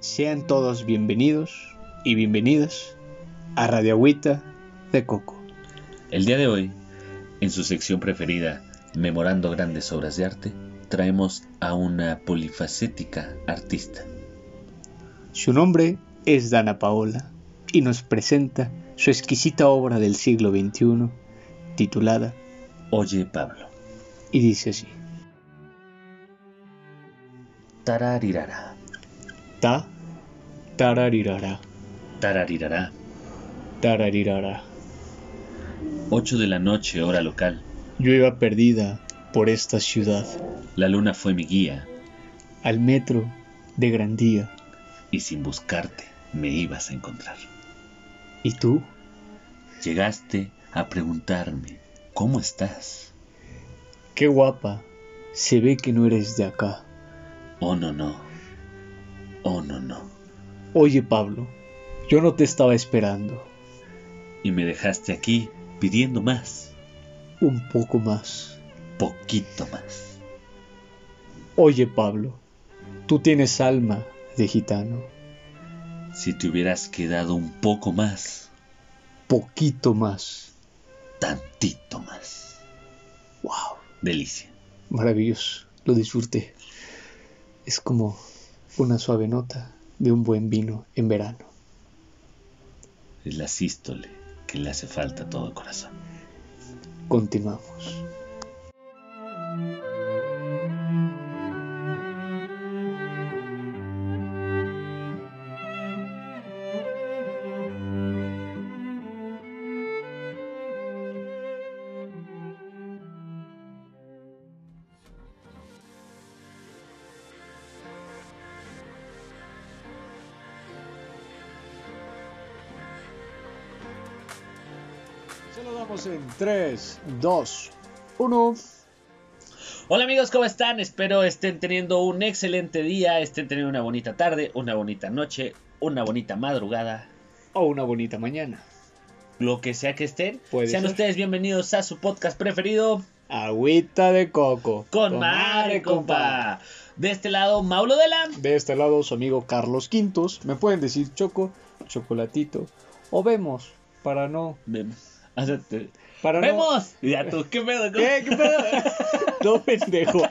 Sean todos bienvenidos y bienvenidas a Radio Agüita de Coco. El día de hoy, en su sección preferida, Memorando grandes obras de arte, traemos a una polifacética artista. Su nombre es Dana Paola y nos presenta su exquisita obra del siglo XXI titulada Oye Pablo. y dice así. Tararirara, Ta, tararirara, tararirara. tararirara. 8 de la noche, hora local. Yo iba perdida por esta ciudad, La luna fue mi guía al metro de Grandía. y sin buscarte me ibas a encontrar. ¿Y tú? Llegaste a preguntarme, ¿cómo estás? Qué guapa. Se ve que no eres de acá. Oh, no, no. Oh, no, no. Oye, Pablo, yo no te estaba esperando. Y me dejaste aquí pidiendo más, Un poco más. poquito más. Oye, Pablo, tú tienes alma de gitano. Si te hubieras quedado un poco más, Poquito más. tantito más. ¡Wow! Delicia. Maravilloso. Lo disfruté. Es como una suave nota de un buen vino en verano. Es la sístole que le hace falta a todo corazón. Continuamos. Se lo damos en 3, 2, 1. Hola amigos, ¿cómo están? Espero estén teniendo un excelente día, estén teniendo una bonita tarde, una bonita noche, una bonita madrugada, O una bonita mañana. lo que sea que estén. Puede Sean ser. ustedes bienvenidos a su podcast preferido, Agüita de coco. Con Madre Compa. De este lado, Maulo de la... De este lado, su amigo Carlos Quintos. Me pueden decir Choco, Chocolatito. O vemos, para no. Vemos. O sea, te- Para no- ¡Vemos! Y a tú, ¿qué pedo? ¿Cómo? ¿Qué? ¿Qué pedo? no, pendejo.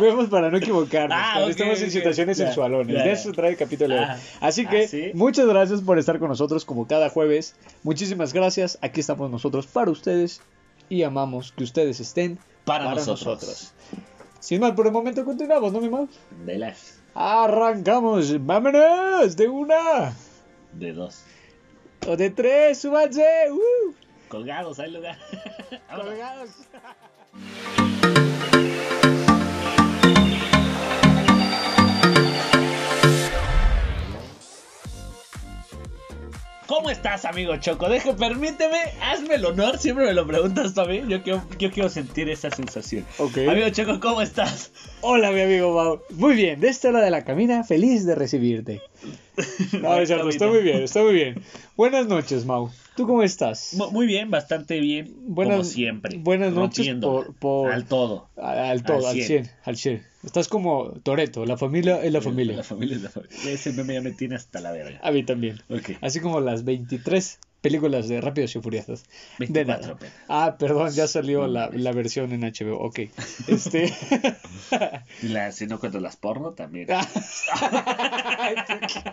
Vemos para no equivocarnos. Ah, cuando ok, estamos en ok. situaciones Ya, sensualones. ya, de ya. eso trae el capítulo. de hoy. Ah, Así ah, que ¿sí? muchas gracias por estar con nosotros como cada jueves. Muchísimas gracias. Aquí estamos nosotros para ustedes. Y amamos que ustedes estén Para, nosotros. Sin más, por el momento continuamos, ¿no, mi mal? De la... Arrancamos. Vámonos de una. De dos. O de tres, súbanse. ¡Uh! Colgados, hay lugar. Vámonos. Colgados. ¿Cómo estás, amigo Choco? Deje, permíteme, hazme el honor, siempre me lo preguntas tú a mí. Yo quiero, yo quiero sentir esa sensación. Ok. Amigo Choco, ¿cómo estás? Hola, mi amigo Mau. Muy bien, de este lado de la camina, feliz de recibirte. No, es cierto, está muy bien, está muy bien. Buenas noches, Mau. ¿Tú cómo estás? Mu- Muy bien, bastante bien, Buenas- como siempre. buenas noches rompiendo por- por- Al todo. Al, al todo, al al 100. cien. al 100. Estás como Toreto, la familia es la La familia. familia es la familia. Ese meme ya me tiene hasta la verga. A mí también. Ok. Así como las 23 películas de Rápidos y Furiosos. De 24 nada. apenas. Ah, perdón, ya salió la, la versión en HBO. Ok. Este. Y la- si no cuento las porno también. Ah,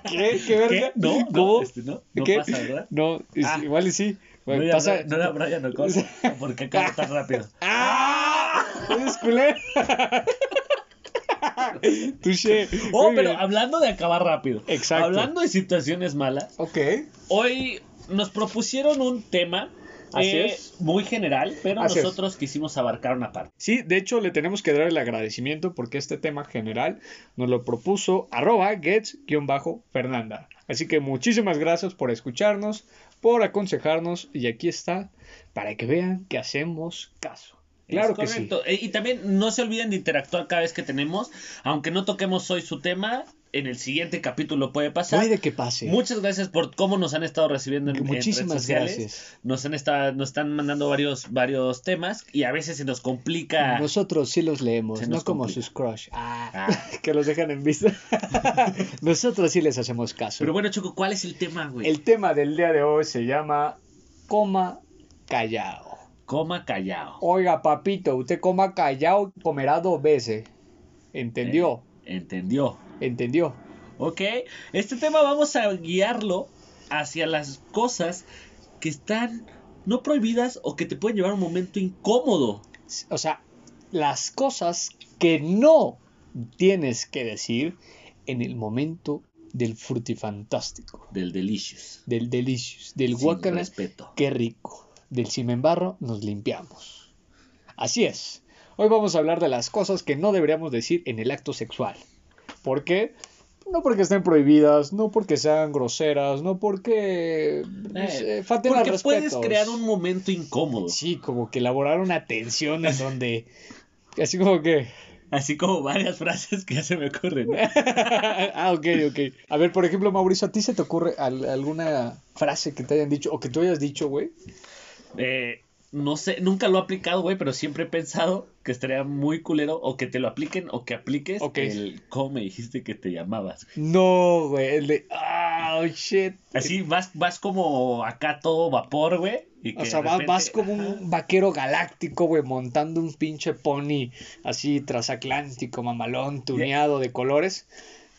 ¿Qué? ¿Qué verga? ¿Qué? No, no, ¿Cómo? este, no, no ¿Qué? pasa, ¿verdad? No, es- Ah. igual y sí. No, Bueno, ya pasa- Brian- no era Brian O'Connor. Porque acaba tan rápido. ¡Ah! ¡Eres culero! Touché. Oh, Muy pero bien. hablando de acabar rápido. Exacto. Hablando de situaciones malas. Ok. Hoy nos propusieron un tema eh, Así es. muy general, pero Así es. nosotros quisimos abarcar una parte. Sí, de hecho le tenemos que dar el agradecimiento porque este tema general nos lo propuso arroba gets-fernanda. Así que muchísimas gracias por escucharnos, por aconsejarnos y aquí está para que vean que hacemos caso. Claro Es Eh, que sí. correcto. E- Y también no se olviden de interactuar cada vez que tenemos, aunque no toquemos hoy su tema. en el siguiente capítulo puede pasar. Puede que pase. Muchas gracias por cómo nos han estado recibiendo en, en redes Muchísimas sociales. gracias. Nos han estado, nos están mandando varios, varios temas y a veces se nos complica. Nosotros sí los leemos, Se no nos como complica. sus crush. Ah, Ah. que los dejan en vista. Nosotros sí les hacemos caso. Pero bueno, Choco, ¿cuál es el tema, güey? El tema del día de hoy se llama coma callado. Coma callao. Oiga, papito, usted coma callado, comerá dos veces. ¿Entendió? Entendió. ¿Entendió? Ok. Este tema vamos a guiarlo hacia las cosas que están no prohibidas o que te pueden llevar a un momento incómodo. O sea, las cosas que no tienes que decir en el momento del frutifantástico, Del delicious. del delicious, del Sin guacamole. respeto. Qué rico. Del cimembarro nos limpiamos. Así es. Hoy vamos a hablar de las cosas que no deberíamos decir en el acto sexual. ¿Por qué? No porque estén prohibidas, no porque sean groseras, no porque no sé, Eh, falten al porque respeto. puedes crear un momento incómodo. Sí, como que elaborar una tensión en donde... Así como que... Así como varias frases que ya se me ocurren. Eh. ah, ok, ok. A ver, por ejemplo, Mauricio, ¿a ti se te ocurre al- alguna frase que te hayan dicho o que tú hayas dicho, güey? Eh, no sé, nunca lo he aplicado, güey, pero siempre he pensado que estaría muy culero o que te lo apliquen o que apliques Ok. el cómo me dijiste que te llamabas. güey. No, güey. El de. ¡Ah, oh, shit! Así vas, vas como acá todo vapor, güey. y O que sea, de va- repente- vas como Ajá. un vaquero galáctico, güey, montando un pinche pony así transatlántico, mamalón, tuneado de colores,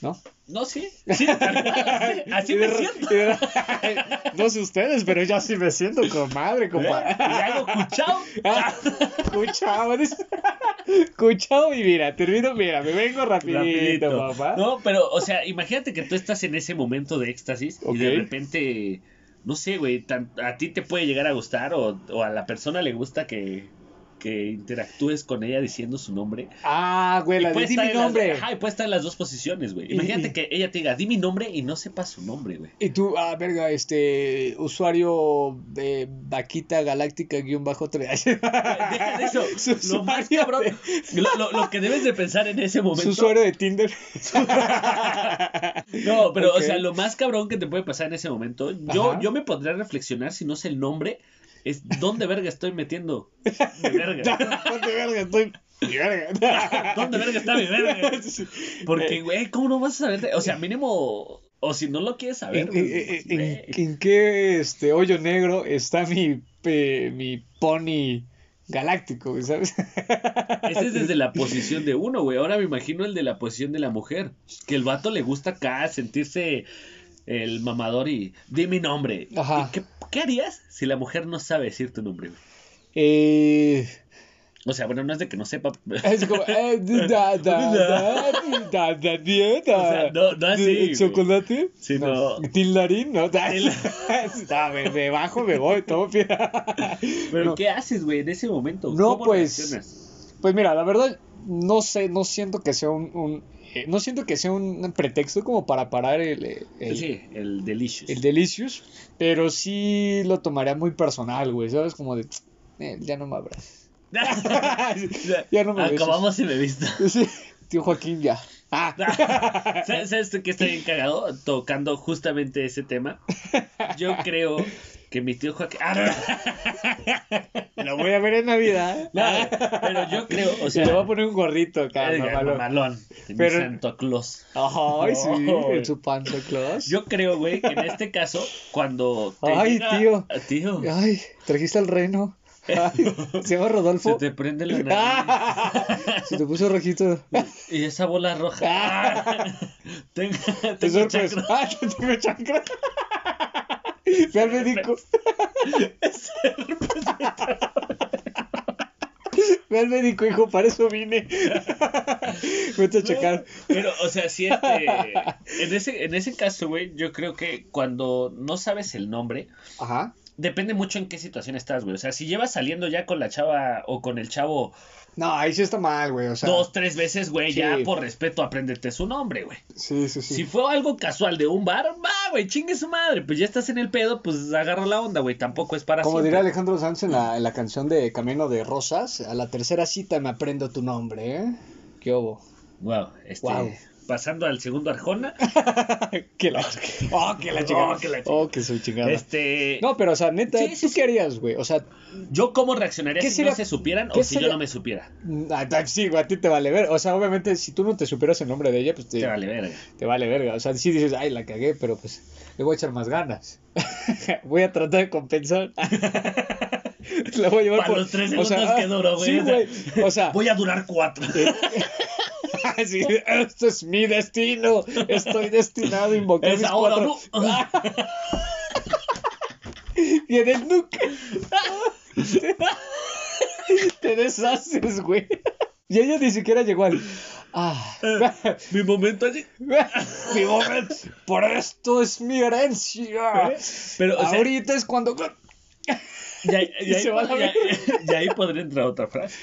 ¿no? No, sí. sí, tal cual, así, así me siento. Y de- no sé ustedes, pero yo así me siento con madre, ¿eh? compa. Y hago cuchao. Ah, Cuchao, eres- cuchao y mira, termino, mira, me vengo rapidito, Rapidito. papá. No, pero, o sea, imagínate que tú estás en ese momento de éxtasis y de Ok. repente, no sé, güey, tan- a ti te puede llegar a gustar o, o a la persona le gusta que, que interactúes con ella diciendo su nombre. Ah, güey, la Y pues de di puede estar mi en las- nombre. ajá, y puede estar en las dos posiciones, güey. Y- Imagínate y- que ella te diga, di mi nombre y no sepa su nombre, güey. Y tú, ah, verga, este usuario de Vaquita Galáctica guión bajo 3. Deja de eso. Su Lo más usuario cabrón, lo, lo- lo que debes de pensar en ese Su momento. usuario de Tinder. No, pero, Ok. o sea, lo más cabrón que te puede pasar en ese momento, yo, Ajá. yo me podría reflexionar si no sé el nombre, es dónde verga estoy metiendo mi verga. Ponte verga, estoy. verga. ¿Dónde verga está mi verga? Eh, Porque, güey, ¿cómo no vas a saber? O sea, mínimo, o si no lo quieres ¿En, saber, güey, en- en- güey. en qué este hoyo negro está mi, eh, mi pony galáctico? güey, ¿Sabes? Ese es desde la posición de uno, güey. Ahora me imagino el de la posición de la mujer. Que el vato le gusta acá sentirse el mamador y di mi nombre. Ajá. ¿Y qué, qué harías si la mujer no sabe decir tu nombre, güey? Eh, O sea, bueno, no es de que no sepa. es como. eh, da, da, da, da, da, dieta. O sea, no- no así, ¿De- güey. ¿Chocolate? Sí, no. ¿Tildarín? No, da- Til- Da, me, me bajo, me voy, todo Pero Eh, No. ¿qué haces, güey, en ese momento? No, ¿Cómo pues, reaccionas? Pues mira, la verdad, no sé, no siento que sea un, un- eh, no siento que sea un pretexto como para parar el, eh, el, sí, el delicious. el Delicious, pero sí lo tomaría muy personal, güey, ¿sabes? Como de, "Eh, ya no me abras. Ya no me beses. Acabamos en la vista. Sí, Tío Joaquín, ya. Ah, ¿Sabes sabes qué está bien cagado? Tocando justamente ese tema. Yo creo que mi tío Joaquín. Ah, no, lo voy a ver en Navidad. no, pero yo creo, o sea. Se le va a poner un gorrito acá, eh, mamalón. mamalón, mi Pero- Santo Claus. Ay, sí, No. en su Santa Claus. Yo creo, güey, que en este caso, cuando. te Ay, tío. Ah, Tío. Ay, trajiste al reno. Ay, se llama Se Rodolfo. te prende la nariz. Ah, se te puso rojito. Y esa bola roja. Tengo, Ah. Te tengo sorprendes. chakra. Ah, yo tengo chancra. Ve al médico. Ve al médico, hijo, para eso vine. Vete a checar. Pero, o sea, si este. En ese, en ese caso, güey, yo creo que cuando no sabes el nombre, Ajá. depende mucho en qué situación estás, güey. O sea, si llevas saliendo ya con la chava o con el chavo No, ahí sí está mal, güey. O sea, dos, tres veces, güey, sí. ya por respeto, apréndete su nombre, güey. sí, sí, sí. Si fue algo casual de un bar, va, güey, chingue su madre. Pues ya estás en el pedo, pues agarra la onda, güey. Tampoco es para Como siempre. diría Alejandro Sanz en la, en la canción de Camino de Rosas, a la tercera cita me aprendo tu nombre, ¿eh? ¿Qué hubo? Wow, este. Wow. pasando al segundo Arjona. que la, oh, que la chingada. Oh, que la Oh, que su chingada. Este, No, pero o sea, neta, Sí, sí, ¿tú qué harías, güey? O sea, yo cómo reaccionaría ¿Qué si sería- no se supieran qué o si sería- yo no me supiera. a, a- sí, güey, a ti te vale ver. O sea, obviamente, si tú no te superas el nombre de ella, pues te, Te vale verga. te vale verga. O sea, sí dices, ay, la cagué, pero pues le voy a echar más ganas. voy a tratar de compensar. la voy a llevar Para por- los tres o segundos sea, ah, que duró, güey. Sí, o sea, güey. O sea, eh, Voy a durar cuatro. sí, esto es mi destino. Estoy destinado a invocar Es mis ahora, cuatro- ¿no? Y en el nuke. Te deshaces, güey. Y ella ni siquiera llegó al. Ah. Mi momento así. Mi momento. Por esto es mi herencia. Pero, o sea, Ahorita es cuando. y ahí, y Y ahí se va a la pod- y ahí- y ahí podría entrar otra frase.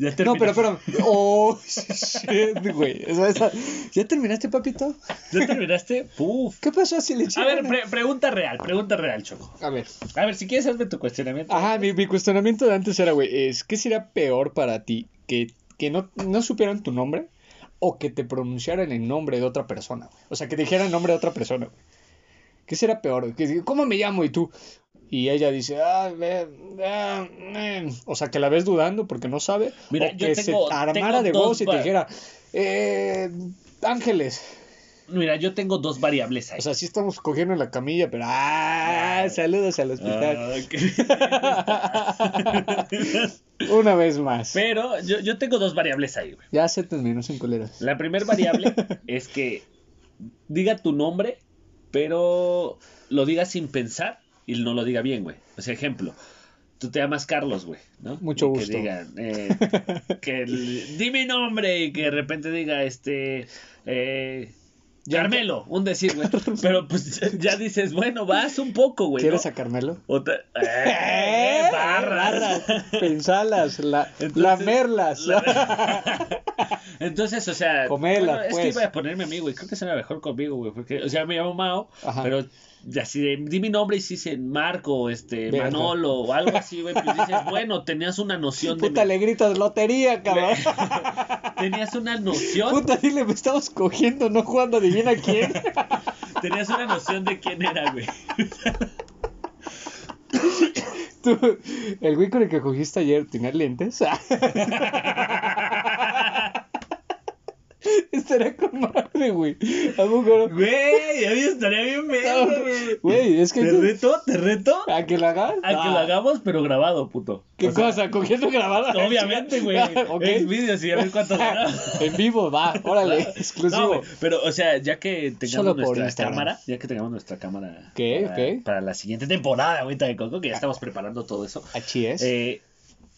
Ya No, terminé. pero, pero. Oh, shit, güey. O sea, esa- ¿Ya terminaste, papito? ¿Ya terminaste? Puf. ¿Qué pasó si le eché A ver, ganas? pre- pregunta real, pregunta real, Choco. A ver. A ver, si quieres, hazme tu cuestionamiento. Ajá, mi, mi cuestionamiento de antes era, güey, es, ¿qué sería peor para ti? ¿Que, que no, no supieran tu nombre o que te pronunciaran el nombre de otra persona? güey? O sea, que te dijeran el nombre de otra persona. güey. ¿Qué será peor? Que diga, ¿Cómo me llamo? Y tú... Y ella dice, ah, ve, ah, mm". o sea, que la ves dudando porque no sabe. Mira, o yo que tengo- se armara tengo de dos voz y te pa- dijera, eh, Ángeles. Mira, yo tengo dos variables ahí. O sea, sí estamos cogiendo en la camilla, pero, ah, saludos al hospital. Ah, ok. Ah. Una vez más. Pero yo, yo tengo dos variables ahí, güey. Ya se terminó sin culeras. La primera variable es que diga tu nombre, pero lo diga sin pensar y no lo diga bien, güey. O sea, ejemplo, tú te llamas Carlos, güey, ¿no? Mucho Y gusto. Que digan, eh, que el- di mi nombre y que de repente diga, este, eh, Carmelo, un decir, güey. Pero pues ya dices, bueno, vas un poco, güey. ¿no? ¿Quieres a Carmelo? O te- ¡Eh! barras. Pensalas, la, Entonces, lamerlas. la- Entonces, o sea, Comelas, bueno, es pues. que iba a ponerme a mí, güey. Creo que suena mejor conmigo, güey. Porque, o sea, me llamo Mao, Ajá. pero ya si de- di mi nombre y si se Marco, este, Verga. Manolo o algo así, güey, pues dices, bueno, tenías una noción de. Puta, mi- le gritas lotería, cabrón. Tenías una noción. Puta, dile, me estamos cogiendo, no jugando, adivina quién. Tenías una noción de quién era, güey. Tú, el güey con el que cogiste ayer, ¿tenía lentes? Estará Este con madre, güey. ¿A poco no? Güey, a mí estaría bien, güey. Güey, es que... Te reto, te reto ¿A que lo hagas? a que lo Ah, hagamos, pero grabado, puto. ¿Qué O sea, cosa? ¿Cogiendo grabada? Obviamente, güey. Ok. Es vídeos y a ver cuánto En vivo, va, órale, exclusivo. No, güey, pero, o sea, ya que tengamos Solo por nuestra Instagram. cámara, ya que tengamos nuestra cámara Ok, para, ok. para la siguiente temporada, ahorita de Coco, que ya estamos preparando todo eso, Así es. eh,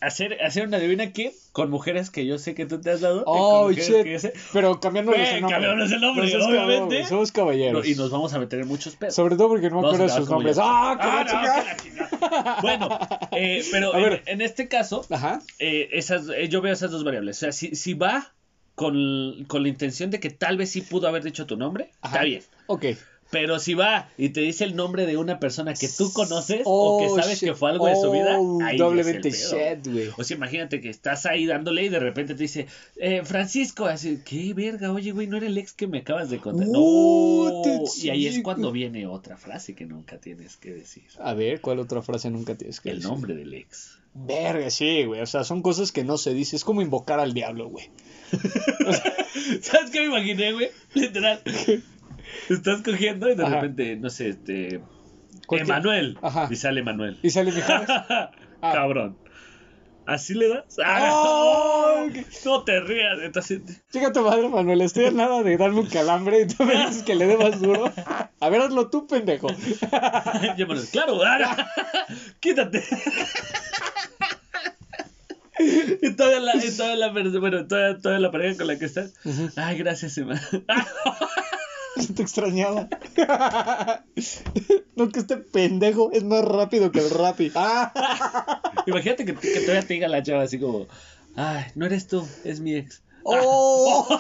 hacer, hacer una adivina que con mujeres que yo sé que tú te has dado. y con oh, mujeres shit. que yo sé- Pero cambiándonos Güey, el nombre. cambiándonos el nombre, No seas cabrón, obviamente. güey, somos caballeros. No, y nos vamos a meter en muchos pedos. Sobre todo porque no me Vamos a acuerdo de acabar sus como nombres. ¡Ah, yo. qué la Ah, no, chingada! que la chingada. Bueno, eh, pero A en, ver. en este caso, Ajá. eh, esas, eh, yo veo esas dos variables. O sea, si, si va con, con la intención de que tal vez sí pudo haber dicho tu nombre, Ajá. está bien. Ok. Pero si va y te dice el nombre de una persona que tú conoces o Oh, que sabes shit. que fue algo de su vida, Oh, ahí doblemente es el pedo. shit, güey. O sea, imagínate que estás ahí dándole y de repente te dice, eh, Francisco, así, qué verga, oye, güey, no era el ex que me acabas de contar. Uh, no. te- Y ahí es cuando viene otra frase que nunca tienes que decir. A ver, ¿cuál otra frase nunca tienes que El decir? nombre del ex. Verga, sí, güey. O sea, son cosas que no se dice. Es como invocar al diablo, güey. ¿Sabes qué me imaginé, güey? Literal. Estás cogiendo y de Ajá. repente, no sé, este. Cualquier- Emanuel. Ajá. Y sale Emanuel. Y sale mi cara. Ah. Cabrón. ¿Así le das? ¡Ah! ¡Oh! No te rías. Entonces, Chica tu madre, Manuel. Estoy a nada de darme un calambre y tú me dices que le dé más duro. A ver, hazlo tú, pendejo. yo me lo- claro, ahora. Quítate. Y todavía la, y todavía la, pers- bueno, toda, toda la pareja con la que estás. Ay, gracias, Emma. Te extrañaba. no, que este pendejo es más rápido que el rapi. Ah, Imagínate que, que todavía te diga la chava así como, ay, no eres tú, es mi ex. ¡Oh!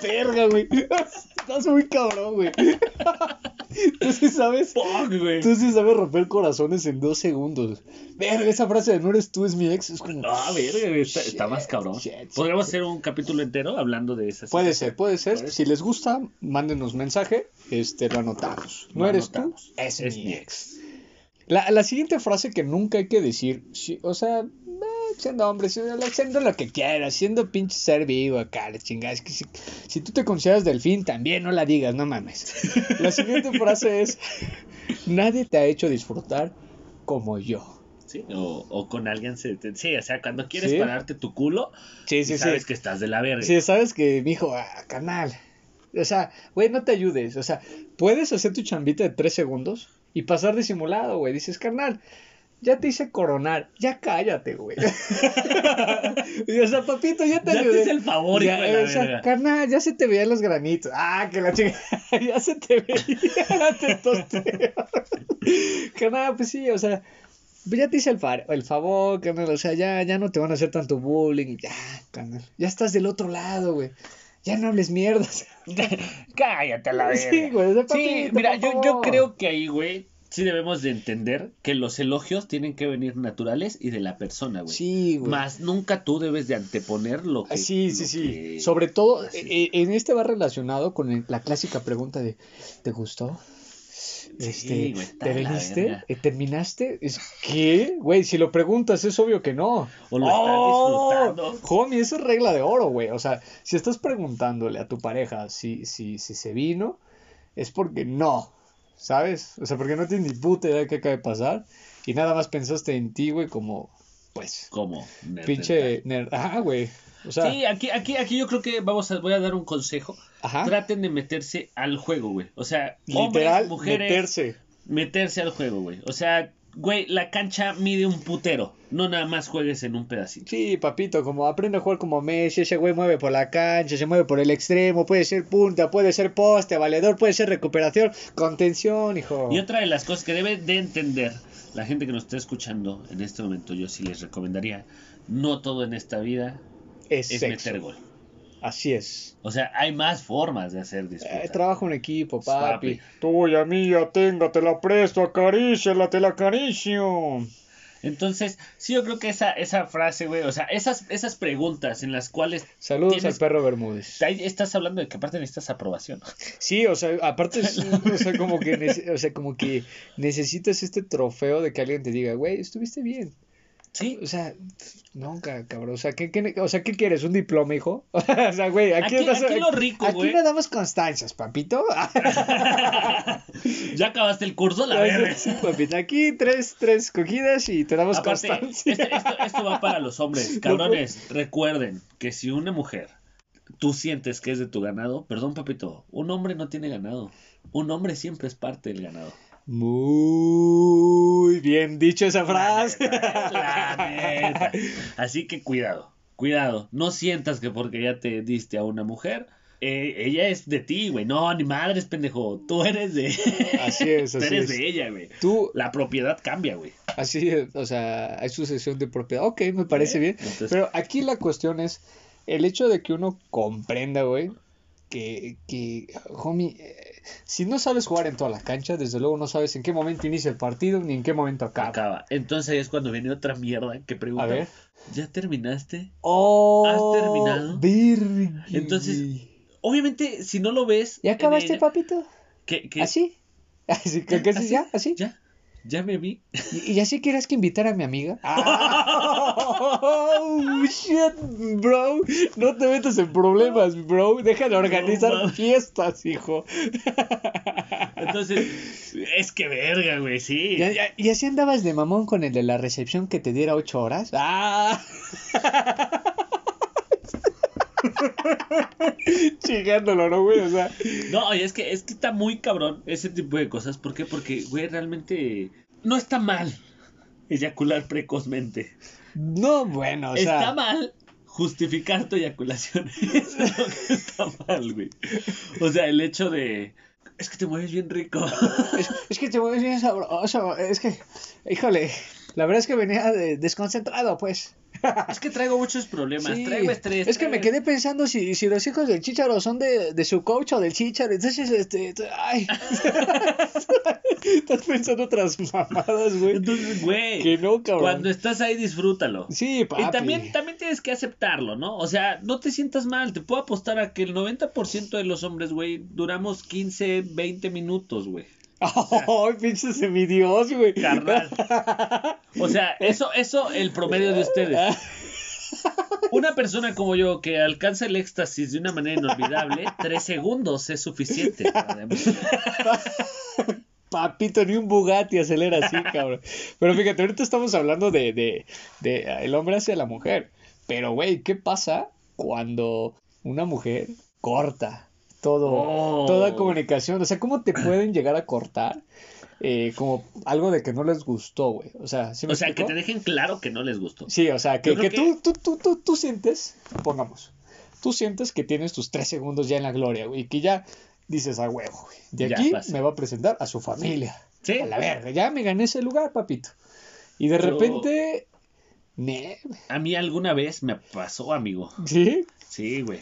Verga, Oh. güey. Estás muy cabrón, güey. Tú sí sabes. Ah, Fuck, güey. Tú sí sabes romper corazones en dos segundos. Verga, esa frase de no eres tú, es mi ex. Es como. No, a ver, güey, está, está Shit, más cabrón. shit, Podríamos hacer un capítulo entero hablando de esas. Puede ser, puede ser. Puede Si les gusta, mándenos mensaje. Este, lo anotamos. No Lo eres anotamos. tú, es, Es pues, mi mi ex. La, la siguiente frase que nunca hay que decir, sí, o sea, eh, siendo hombre, sí, siendo lo que quieras, siendo pinche ser vivo acá, la chingada. Es que si, si tú te consideras delfín, también no la digas, no mames. La siguiente frase es: Nadie te ha hecho disfrutar como yo. Sí, O, o con alguien. Se te- sí, o sea, cuando quieres Sí. pararte tu culo, Sí, y sabes que estás de la verga. Sí, sabes que me dijo, ah, canal. O sea, güey, no te ayudes. O sea, puedes hacer tu chambita de tres segundos y pasar disimulado, güey. Dices, carnal, ya te hice coronar. Ya cállate, güey. y, o sea, papito, ya te Ya te ayudé. hice el favor, Ya, hijo de la o sea, verga. carnal, ya se te veían los granitos. Ah, que la chica. ya se te veía la testosterona. carnal, pues sí, o sea. Pues ya te hice el, fa- el favor, carnal. O sea, ya, ya no te van a hacer tanto bullying. Ya, carnal. Ya estás del otro lado, güey. Ya no hables mierdas. Ah, Cállate a la verga. Sí, güey, o sea, Sí, papito, mira, por yo, yo favor. creo que ahí, güey, sí debemos de entender que los elogios tienen que venir naturales y de la persona, güey. Sí, güey. Más nunca tú debes de anteponer lo que. Ah, Sí, sí, lo sí. que- Sobre todo, así. eh, eh, en este va relacionado con el- la clásica pregunta de, ¿te gustó? Este, güey, está ¿Te de la veniste? verga. Eh, ¿Terminaste? Es que, güey, si lo preguntas es obvio que no. O lo estás ¡Oh! disfrutando. Homie, eso es regla de oro, güey. O sea, si estás preguntándole a tu pareja si, si, si se vino, es porque no, ¿sabes? O sea, porque no tienes ni puta idea de qué acaba de pasar y nada más pensaste en ti, güey, como, pues, Como. pinche nerd. Ajá, güey. O sea, Sí, aquí, aquí, aquí yo creo que vamos a, voy a dar un consejo. ajá. Traten de meterse al juego, güey. O sea, hombres, Literal, mujeres, meterse. meterse. al juego, güey. O sea, güey, la cancha mide un putero. No nada más juegues en un pedacito. Sí, papito, como aprende a jugar como Messi, ese güey mueve por la cancha, se mueve por el extremo, puede ser punta, puede ser poste, valedor, puede ser recuperación, contención, hijo. Y otra de las cosas que debe de entender la gente que nos está escuchando en este momento, yo sí les recomendaría, no todo en esta vida es es sexo. meter gol. Así es. O sea, hay más formas de hacer disputa. Eh, trabajo en equipo, papi. Papi. Tuya, mía, tenga, te la presto, acaríciala, te la acaricio. Entonces, sí, yo creo que esa, esa frase, güey, o sea, esas, esas preguntas en las cuales Saludos Tienes- al perro Bermúdez. ahí estás hablando de que aparte necesitas aprobación. Sí, o sea, aparte, es- o sea, como que, nece- o sea, como que necesitas este trofeo de que alguien te diga, güey, estuviste bien. Sí, O sea, nunca, cabrón. O sea, ¿qué, qué- o sea, ¿qué quieres? ¿Un diploma, hijo? O sea, güey, aquí, Aquí- estás- aquí lo rico, aquí güey. no damos constancias, papito. ya acabaste el curso, la verga. sí, papito. Aquí tres, tres cogidas y te damos Aparte, este- constancias. esto, esto va para los hombres. Cabrones, recuerden que si una mujer tú sientes que es de tu ganado, perdón, papito, un hombre no tiene ganado. Un hombre siempre es parte del ganado. Muy bien dicho esa frase. La neta. Así que cuidado, cuidado. No sientas que porque ya te diste a una mujer, eh, ella es de ti, güey. No, ni madres, pendejo. Tú eres de. Así es, Tú así eres es. de ella, güey. Tú, La propiedad cambia, güey. así, es, o sea, hay sucesión de propiedad. Ok, me parece ¿Eh? bien. Entonces- Pero aquí la cuestión es el hecho de que uno comprenda, güey, que, que, homie, eh, si no sabes jugar en toda la cancha, desde luego no sabes en qué momento inicia el partido ni en qué momento acaba. Acaba. Entonces ahí es cuando viene otra mierda que A ver. pregunta. ¿Ya terminaste? Oh, ¿Has terminado? virgen. Entonces, Obviamente, si no lo ves. ¿ya en acabaste, ella- papito? ¿Qué- qué- este ¿Así? ¿Así? ¿Qué, qué- ¿Así? ¿Ya? ¿Así? ¿Ya? ¿Ya me vi? ¿Y, y así quieres que invitar a mi amiga? Oh, shit, bro. No te metas en problemas, bro. Deja de organizar mames. fiestas, hijo. Entonces, es que verga, güey, sí. ¿Y, y- y así andabas de mamón con el de la recepción que te diera ocho horas? ¡Ah! Chingándolo, ¿no, güey? O sea, No, y es que, es que está muy cabrón ese tipo de cosas. ¿Por qué? Porque, güey, realmente no está mal eyacular precozmente. no, bueno, o sea. está mal justificar tu eyaculación. Eso es lo que está mal, güey. O sea, el hecho de... Es que te mueves bien rico. Es, es que te mueves bien sabroso. Es que, híjole, la verdad es que venía de- desconcentrado, pues. Es que traigo muchos problemas, Sí. traigo estrés. Es que traigo- me quedé pensando si, si los hijos del Chicharo son de, de su coach o del Chicharo. Entonces, este. t- Ay. Estás pensando otras mamadas, güey. Entonces, güey, Que no, cabrón. cuando estás ahí disfrútalo. Sí, papi. Y también, también tienes que aceptarlo, ¿no? O sea, no te sientas mal. Te puedo apostar a que el 90% de los hombres, güey, duramos 15, 20 minutos, güey. ¡Ay, pinche semidios, güey! Carnal. O sea, eso, eso, el promedio de ustedes. Una persona como yo que alcanza el éxtasis de una manera inolvidable, tres segundos es suficiente. para demostrar. Papito, ni un Bugatti acelera así, cabrón. Pero fíjate, ahorita estamos hablando de, de, de ah, el hombre hacia la mujer. Pero, güey, ¿qué pasa cuando una mujer corta todo, Oh. toda comunicación? O sea, ¿cómo te pueden llegar a cortar eh, como algo de que no les gustó, güey? O sea, ¿sí me O sea, que explico? te dejen claro que no les gustó. Sí, o sea, que, Yo creo que Tú, tú, tú, tú, tú sientes, pongamos, tú sientes que tienes tus tres segundos ya en la gloria, güey, y que ya dices a huevo, güey. De Ya aquí pasé. me va a presentar a su familia. Sí. A la verga, ya me gané ese lugar, papito. Y de Yo- repente, ne- A mí alguna vez me pasó, amigo. ¿sí? Sí, güey.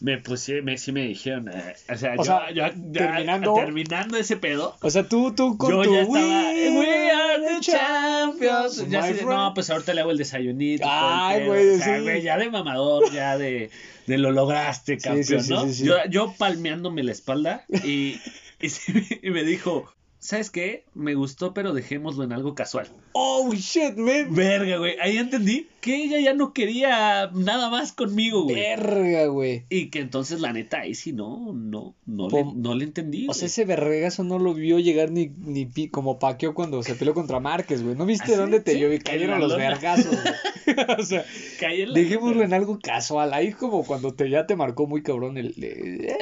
Me pusieron, me, sí me dijeron, eh, o sea, O yo- sea, yo- ya- terminando- terminando ese pedo. O sea, tú, tú con yo tu ya estaba, "We "We are the champions". Ya my así de, friend". no, pues ahorita le hago el desayunito. todo el Ay, pedo. güey, O sea, sí. güey, ya de mamador, ya de, de lo lograste, Sí, sí, campeón, sí, ¿no? sí, sí. Yo, yo palmeándome la espalda y, y, sí me- y me dijo, ¿sabes qué? Me gustó, pero dejémoslo en algo casual. Oh, shit, man. Verga, güey. Ahí entendí que ella ya no quería nada más conmigo, güey. Verga, güey. Y que entonces, la neta, ahí sí no, no, no, le, Pom- no le entendí. O sea, güey. ese verregazo no lo vio llegar ni, ni pi- como paqueó cuando se peleó contra Márquez, güey. ¿No viste ¿Ah, sí? dónde te Sí, llovió? en Cayeron la los lona. vergazos, güey. O sea, Caí en la- dejémoslo en algo casual. Ahí como cuando te, ya te marcó muy cabrón el... eh,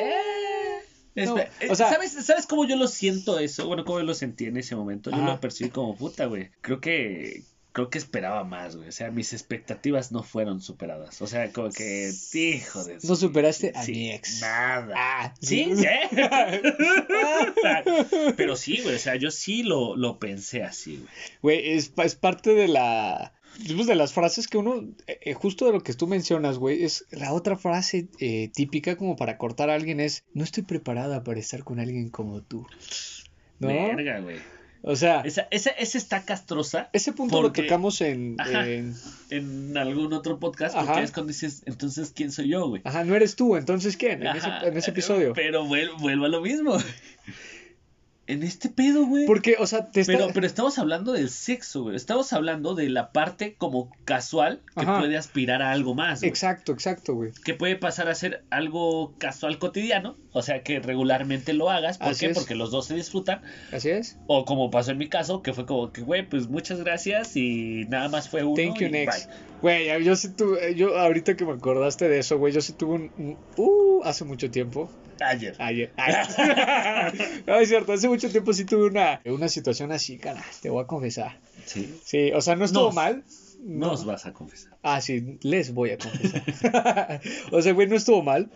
Eh, No, espe- eh, o sea- ¿sabes, ¿Sabes cómo yo lo siento eso? Bueno, cómo yo lo sentí en ese momento. Yo Ajá. lo percibí como puta, güey. Creo que. Creo que esperaba más, güey. O sea, mis expectativas no fueron superadas. O sea, como que, hijo de... No superaste a sí, mi ex. Nada. Ah, Sí, sí. ¿eh? Pero sí, güey. O sea, yo sí lo, lo pensé así, güey. Güey, es, pa- es parte de la. pues, de las frases que uno. eh, eh, justo de lo que tú mencionas, güey. Es la otra frase eh, típica como para cortar a alguien es: No estoy preparada para estar con alguien como tú. ¿No? Verga, güey. O sea, Esa, esa, esa está castrosa. ese punto porque- lo tocamos en. Ajá. en- en algún otro podcast Ajá. porque es cuando dices, entonces, ¿quién soy yo, güey? Ajá, no eres tú, entonces ¿quién? En, Ajá, ese, en ese episodio. Pero vuel- vuelvo a lo mismo. En este pedo, güey. Porque, o sea, te está. Pero, pero estamos hablando del sexo, güey. Estamos hablando de la parte como casual que Ajá. puede aspirar a algo más, güey. Exacto, exacto, güey. Que puede pasar a ser algo casual cotidiano. O sea, que regularmente lo hagas. ¿Por Así qué? es. Porque los dos se disfrutan. Así es. O como pasó en mi caso, que fue como que, güey, pues muchas gracias y nada más fue uno. Thank you, y next. bye. Güey, yo sí tuve. Yo, ahorita que me acordaste de eso, güey, yo sí tuve un. un- uh, hace mucho tiempo. Ayer. Ayer. eh, Ay. no, es cierto, hace mucho tiempo sí tuve una, una situación así, cara, te voy a confesar. Sí. Sí, o sea, no estuvo Nos. mal. No No. os vas a confesar. Ah, sí, les voy a confesar. o sea, güey, no estuvo mal,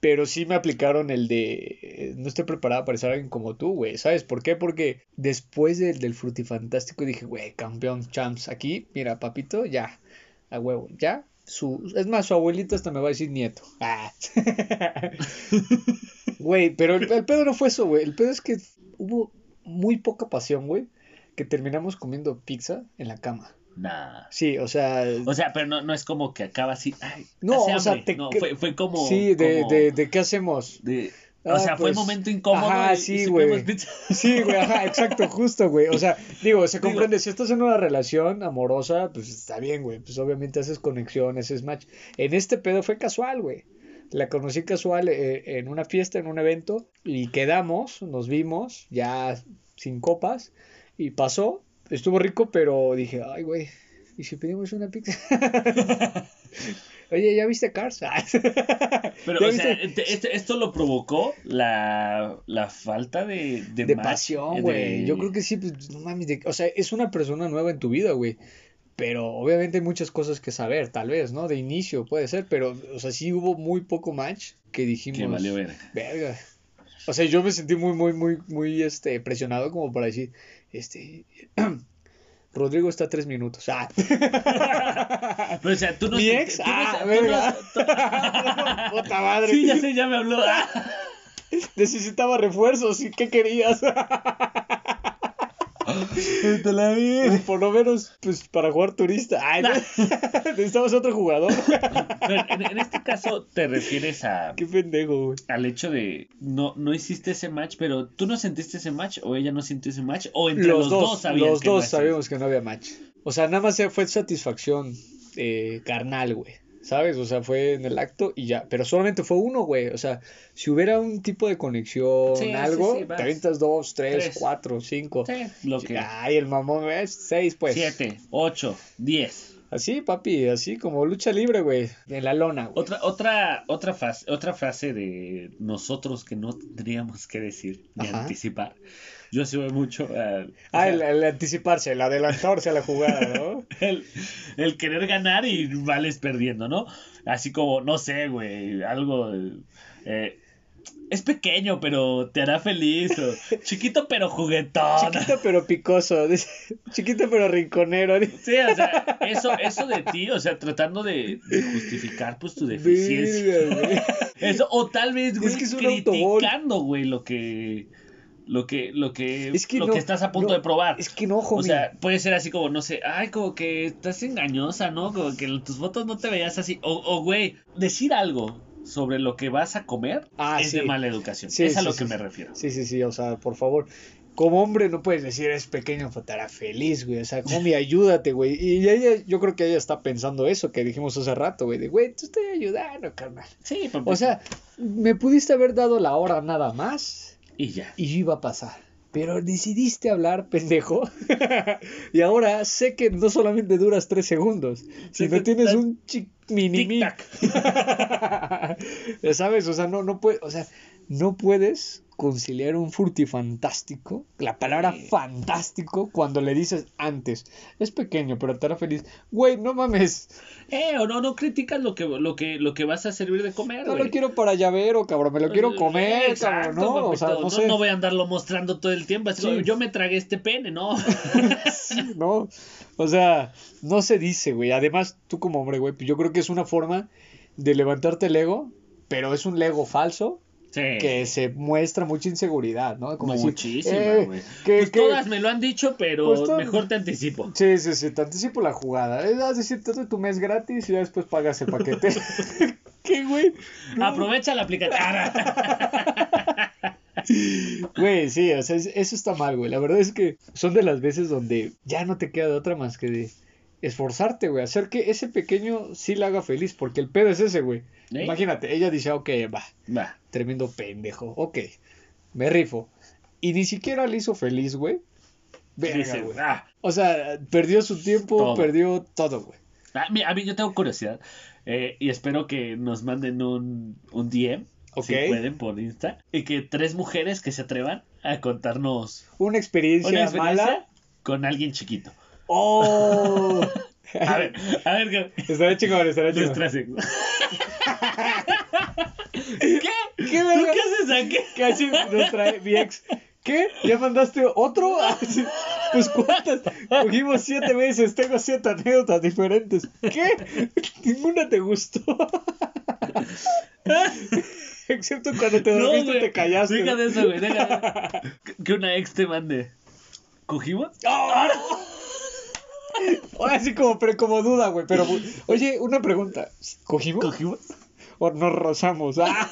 pero sí me aplicaron el de, eh, no estoy preparada para ser alguien como tú, güey, ¿sabes por qué? Porque después del, del frutifantástico dije, güey, campeón, champs, aquí, mira, papito, ya, a huevo, ya. Su, es más, su abuelita hasta me va a decir nieto. Ah. Güey, pero el, el pedo no fue eso, güey. El pedo es que hubo muy poca pasión, güey, que terminamos comiendo pizza en la cama. Nah. Sí, o sea, O sea, pero no, no es como que acaba así. Ay, No, hace o sea, hambre. te- No, fue, fue como. Sí, de, como de, de qué hacemos. de- Ah, o sea, fue pues, un momento incómodo. ajá, y- y sí, sí güey. comimos pizza. Sí, güey, ajá, exacto, justo, güey. O sea, digo, se Digo- comprende, si estás en una relación amorosa, pues está bien, güey. Pues obviamente haces conexiones, es match. En este pedo fue casual, güey. La conocí casual eh, en una fiesta, en un evento, y quedamos, nos vimos, ya sin copas, y pasó. Estuvo rico, pero dije, ay, güey, ¿y si pedimos una pizza? Oye, ¿ya viste Cars? Pero, Ya o sea, viste- este- este- esto lo provocó la, la falta de. De, De match, pasión, de- güey. Yo creo que sí, pues, no mames. de- o sea, es una persona nueva en tu vida, güey. Pero obviamente hay muchas cosas que saber, tal vez, ¿no? De inicio puede ser, pero, o sea, sí hubo muy poco match que dijimos. Que valió ver. Verga. O sea, yo me sentí muy, muy, muy, muy, este, presionado como para decir, este, Rodrigo está a tres minutos. Ah. Pero, o sea, tú no Mi ex. tú no- ah, tú no- verga. Puta madre. Sí, ya sé, ya me habló. Ah. Necesitaba refuerzos. ¿Y qué querías? Por lo menos, pues, para jugar turista. Ay, Necesitamos otro jugador. Pero en, en este caso te refieres a Qué pendejo, güey. al hecho de no no hiciste ese match, pero tú no sentiste ese match o ella no sintió ese match o entre Los los, dos, sabían los que no dos es- sabíamos que no había match. O sea, nada más fue satisfacción eh, carnal, güey. ¿Sabes? O sea, fue en el acto y ya. Pero solamente fue uno, güey. O sea, si hubiera un tipo de conexión, Sí, sí, algo, sí, vas. te avientas dos, tres, Tres. cuatro, cinco. Sí, lo que Ay, el mamón, ¿ves? Seis, Ah, pues. 7, 8, 10. Así, papi, así como lucha libre, güey. En la lona, güey. Otra otra otra frase, otra frase de nosotros que no tendríamos que decir ni Ajá. anticipar. Yo se mucho al- o Ah, sea, el, el anticiparse, el adelantarse a la jugada, ¿no? El, el querer ganar y vales perdiendo, ¿no? Así como, no sé, güey, algo... eh, es pequeño, pero te hará feliz. o chiquito, pero juguetón. Chiquito pero picoso, dice. chiquito pero rinconero. dice. Sí, o sea, eso, eso de ti, o sea, tratando de, de justificar, pues, tu deficiencia. Verga, güey. Eso, o tal vez, güey, Es que es un criticando, güey, lo que... Lo que, lo que, Es que lo no, que estás a punto no, de probar. Es que no, homie. O sea, puede ser así como, no sé, ay, como que estás engañosa, ¿no? Como que en tus fotos no te veías así. O, o, güey, decir algo sobre lo que vas a comer Ah, es sí. de mala educación. Sí, es a sí, lo sí, que me sí. refiero. Sí, sí, sí, o sea, por favor. Como hombre no puedes decir es pequeño, pero estará feliz, güey. O sea, homie, ayúdate, güey. Y ella, yo creo que ella está pensando eso que dijimos hace rato, güey. De, güey, te estoy ayudando, carnal. Sí, papá. O sea, me pudiste haber dado la hora nada más y ya. y yo iba a pasar. Pero decidiste hablar, pendejo. y ahora sé que no solamente duras tres segundos, sino que tienes tan- un chi- mini mi. Tic-tac. ¿Sabes? O sea, no, no puedes, o sea, no puedes conciliar un furtifantástico, la palabra Sí. fantástico, cuando le dices antes, es pequeño, pero te hará feliz. Güey, no mames, Eh, o no, no criticas lo que, lo que, lo que vas a servir de comer, no güey. lo quiero para llavero, cabrón, me lo quiero comer, Eh, cabrón, exacto, ¿no? O sea, papito. no sé. voy a andarlo mostrando todo el tiempo. Así Sí. como, yo me tragué este pene, ¿no? ¿no? O sea, no se dice, güey. Además, tú como hombre, güey, pues yo creo que es una forma de levantarte el ego, pero es un ego falso sí. que se muestra mucha inseguridad, ¿no? Como decir, Eh. Muchísima, eh, güey. que- pues que- todas me lo han dicho, pero Pues todas- mejor te anticipo. Sí, sí, sí, te anticipo la jugada. Eh, Es es decir, te doy tu mes gratis y ya después pagas el paquete. ¿Qué, güey? No. Aprovecha la aplicación. Güey, sí, o sea, es- eso está mal, güey. La verdad es que son de las veces donde ya no te queda de otra más que de esforzarte, güey. Hacer que ese pequeño sí la haga feliz, porque el pedo es ese, güey. ¿Eh? Imagínate, ella dice, ok, va, Va. tremendo pendejo, ok, me rifo. Y ni siquiera le hizo feliz, güey. Verga, Dice, güey. ah. O sea, perdió su tiempo, Todo. perdió todo, güey. Ah, mira, a mí yo tengo curiosidad eh, y espero que nos manden un, un DM, Ok. si pueden, por Insta, y que tres mujeres que se atrevan a contarnos Una experiencia, una experiencia mala. con alguien chiquito. ¡Oh! A ver, a ver, que- Estará chingón, estará chingón. nuestra sec- ¿eh? ¿Qué? ¿Qué ¿Tú verga? qué haces aquí? Casi nos trae mi ex. ¿Qué? ¿Ya mandaste otro? Así, Pues cuántas. Cogimos siete veces, tengo siete anécdotas diferentes. ¿Qué? Ninguna te gustó. Excepto cuando te dormiste y güey, te callaste. Deja de eso, güey. Deja de eso. Que- Que una ex te mande. ¿Cogimos? ¡Ah! Ahora sí como, pero como duda, güey. Pero, oye, una pregunta. ¿Cogimos? ¿Cogimos? ¿O nos rozamos? Ah,